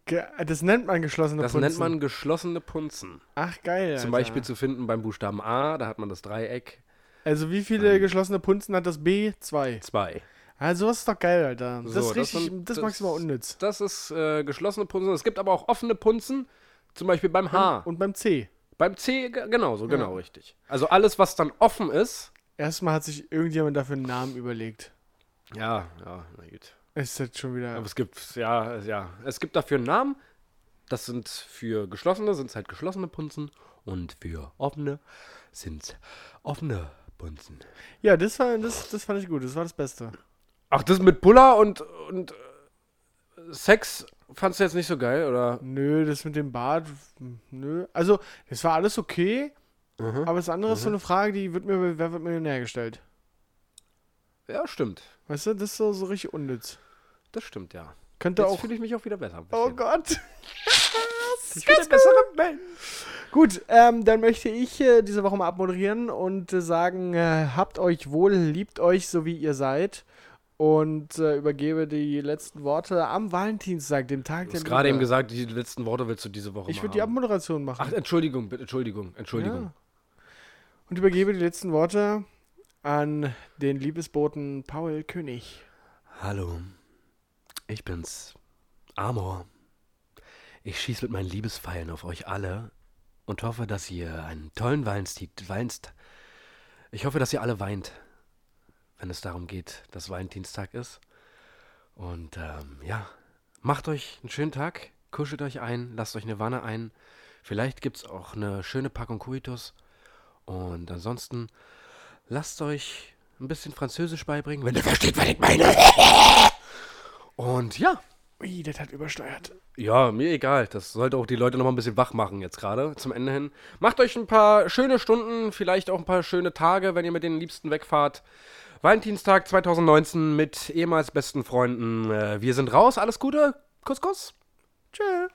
Speaker 2: Ge- Das nennt man geschlossene
Speaker 3: Das nennt
Speaker 2: Punzen.
Speaker 3: man geschlossene Punzen.
Speaker 2: Ach, geil.
Speaker 3: Zum
Speaker 2: Alter.
Speaker 3: Beispiel zu finden beim Buchstaben A, da hat man das Dreieck
Speaker 2: Also, wie
Speaker 3: Ähm.
Speaker 2: viele geschlossene Punzen hat das B? Zwei.
Speaker 3: 2.
Speaker 2: Ah, sowas ist doch geil, Alter. Das
Speaker 3: So,
Speaker 2: ist richtig,
Speaker 3: sind-
Speaker 2: das, magst du mal unnütz.
Speaker 3: Das ist äh, geschlossene Punzen. Es gibt aber auch offene Punzen, zum Beispiel
Speaker 2: Ah.
Speaker 3: beim H.
Speaker 2: Und beim C.
Speaker 3: genau, beim C ge- genauso, genau richtig. Also alles, was dann offen ist,
Speaker 2: Erstmal hat sich irgendjemand dafür einen Namen überlegt.
Speaker 3: Ja, ja, na gut.
Speaker 2: Ist das schon wieder.
Speaker 3: Aber es gibt, ja, ja, es gibt dafür einen Namen. Das sind für geschlossene, sind es halt geschlossene Punzen. Und für offene sind es offene Punzen.
Speaker 2: Ja, das, war, das, das fand ich gut. Das war das Beste.
Speaker 3: Ach, das mit Puller und, und äh, Sex fandst du jetzt nicht so geil, oder?
Speaker 2: Nö, das mit dem Bart. Nö. Also, es war alles okay.
Speaker 3: Mhm.
Speaker 2: Aber das andere ist so eine Frage, die wird mir bei Wer wird Millionär gestellt.
Speaker 3: Ja, stimmt.
Speaker 2: Weißt du, das ist so, so richtig unnütz.
Speaker 3: Das stimmt, ja.
Speaker 2: Könnte
Speaker 3: Jetzt
Speaker 2: auch.
Speaker 3: fühle ich mich auch wieder besser. ein
Speaker 2: Oh
Speaker 3: bisschen.
Speaker 2: Gott.
Speaker 3: ich bin der bessere Mensch.
Speaker 2: Gut, ähm, dann möchte ich äh, diese Woche mal abmoderieren und äh, sagen, äh, habt euch wohl, liebt euch so wie ihr seid und äh, übergebe die letzten Worte am Valentinstag, dem Tag
Speaker 3: Du hast
Speaker 2: der
Speaker 3: gerade eben oh
Speaker 2: Liebe.
Speaker 3: gesagt, die letzten Worte willst du diese Woche
Speaker 2: Ich
Speaker 3: mal
Speaker 2: würde die
Speaker 3: haben.
Speaker 2: Abmoderation machen
Speaker 3: Ach, Entschuldigung, bitte, Entschuldigung, Entschuldigung.
Speaker 2: und übergebe die letzten Worte an den Liebesboten Paul König.
Speaker 3: Hallo, ich bin's, Amor. Ich schieß mit meinen Liebespfeilen auf euch alle und hoffe, dass ihr einen tollen Valentinstag weinst. Ich hoffe, dass ihr alle weint, wenn es darum geht, dass Valentinstag ist. Und ähm, ja, macht euch einen schönen Tag, kuschelt euch ein, lasst euch eine Wanne ein. Vielleicht gibt's auch eine schöne Packung Kuitus. Und ansonsten lasst euch ein bisschen Französisch beibringen, wenn ihr versteht, was ich meine. Und ja.
Speaker 2: Ui, das hat übersteuert.
Speaker 3: Ja, mir egal. Das sollte auch die Leute noch mal ein bisschen wach machen jetzt gerade zum Ende hin. Macht euch ein paar schöne Stunden, vielleicht auch ein paar schöne Tage, wenn ihr mit den Liebsten wegfahrt. Valentinstag 2019 mit ehemals besten Freunden. Äh, Wir sind raus. Alles Gute. Kuss, Kuss. Tschüss.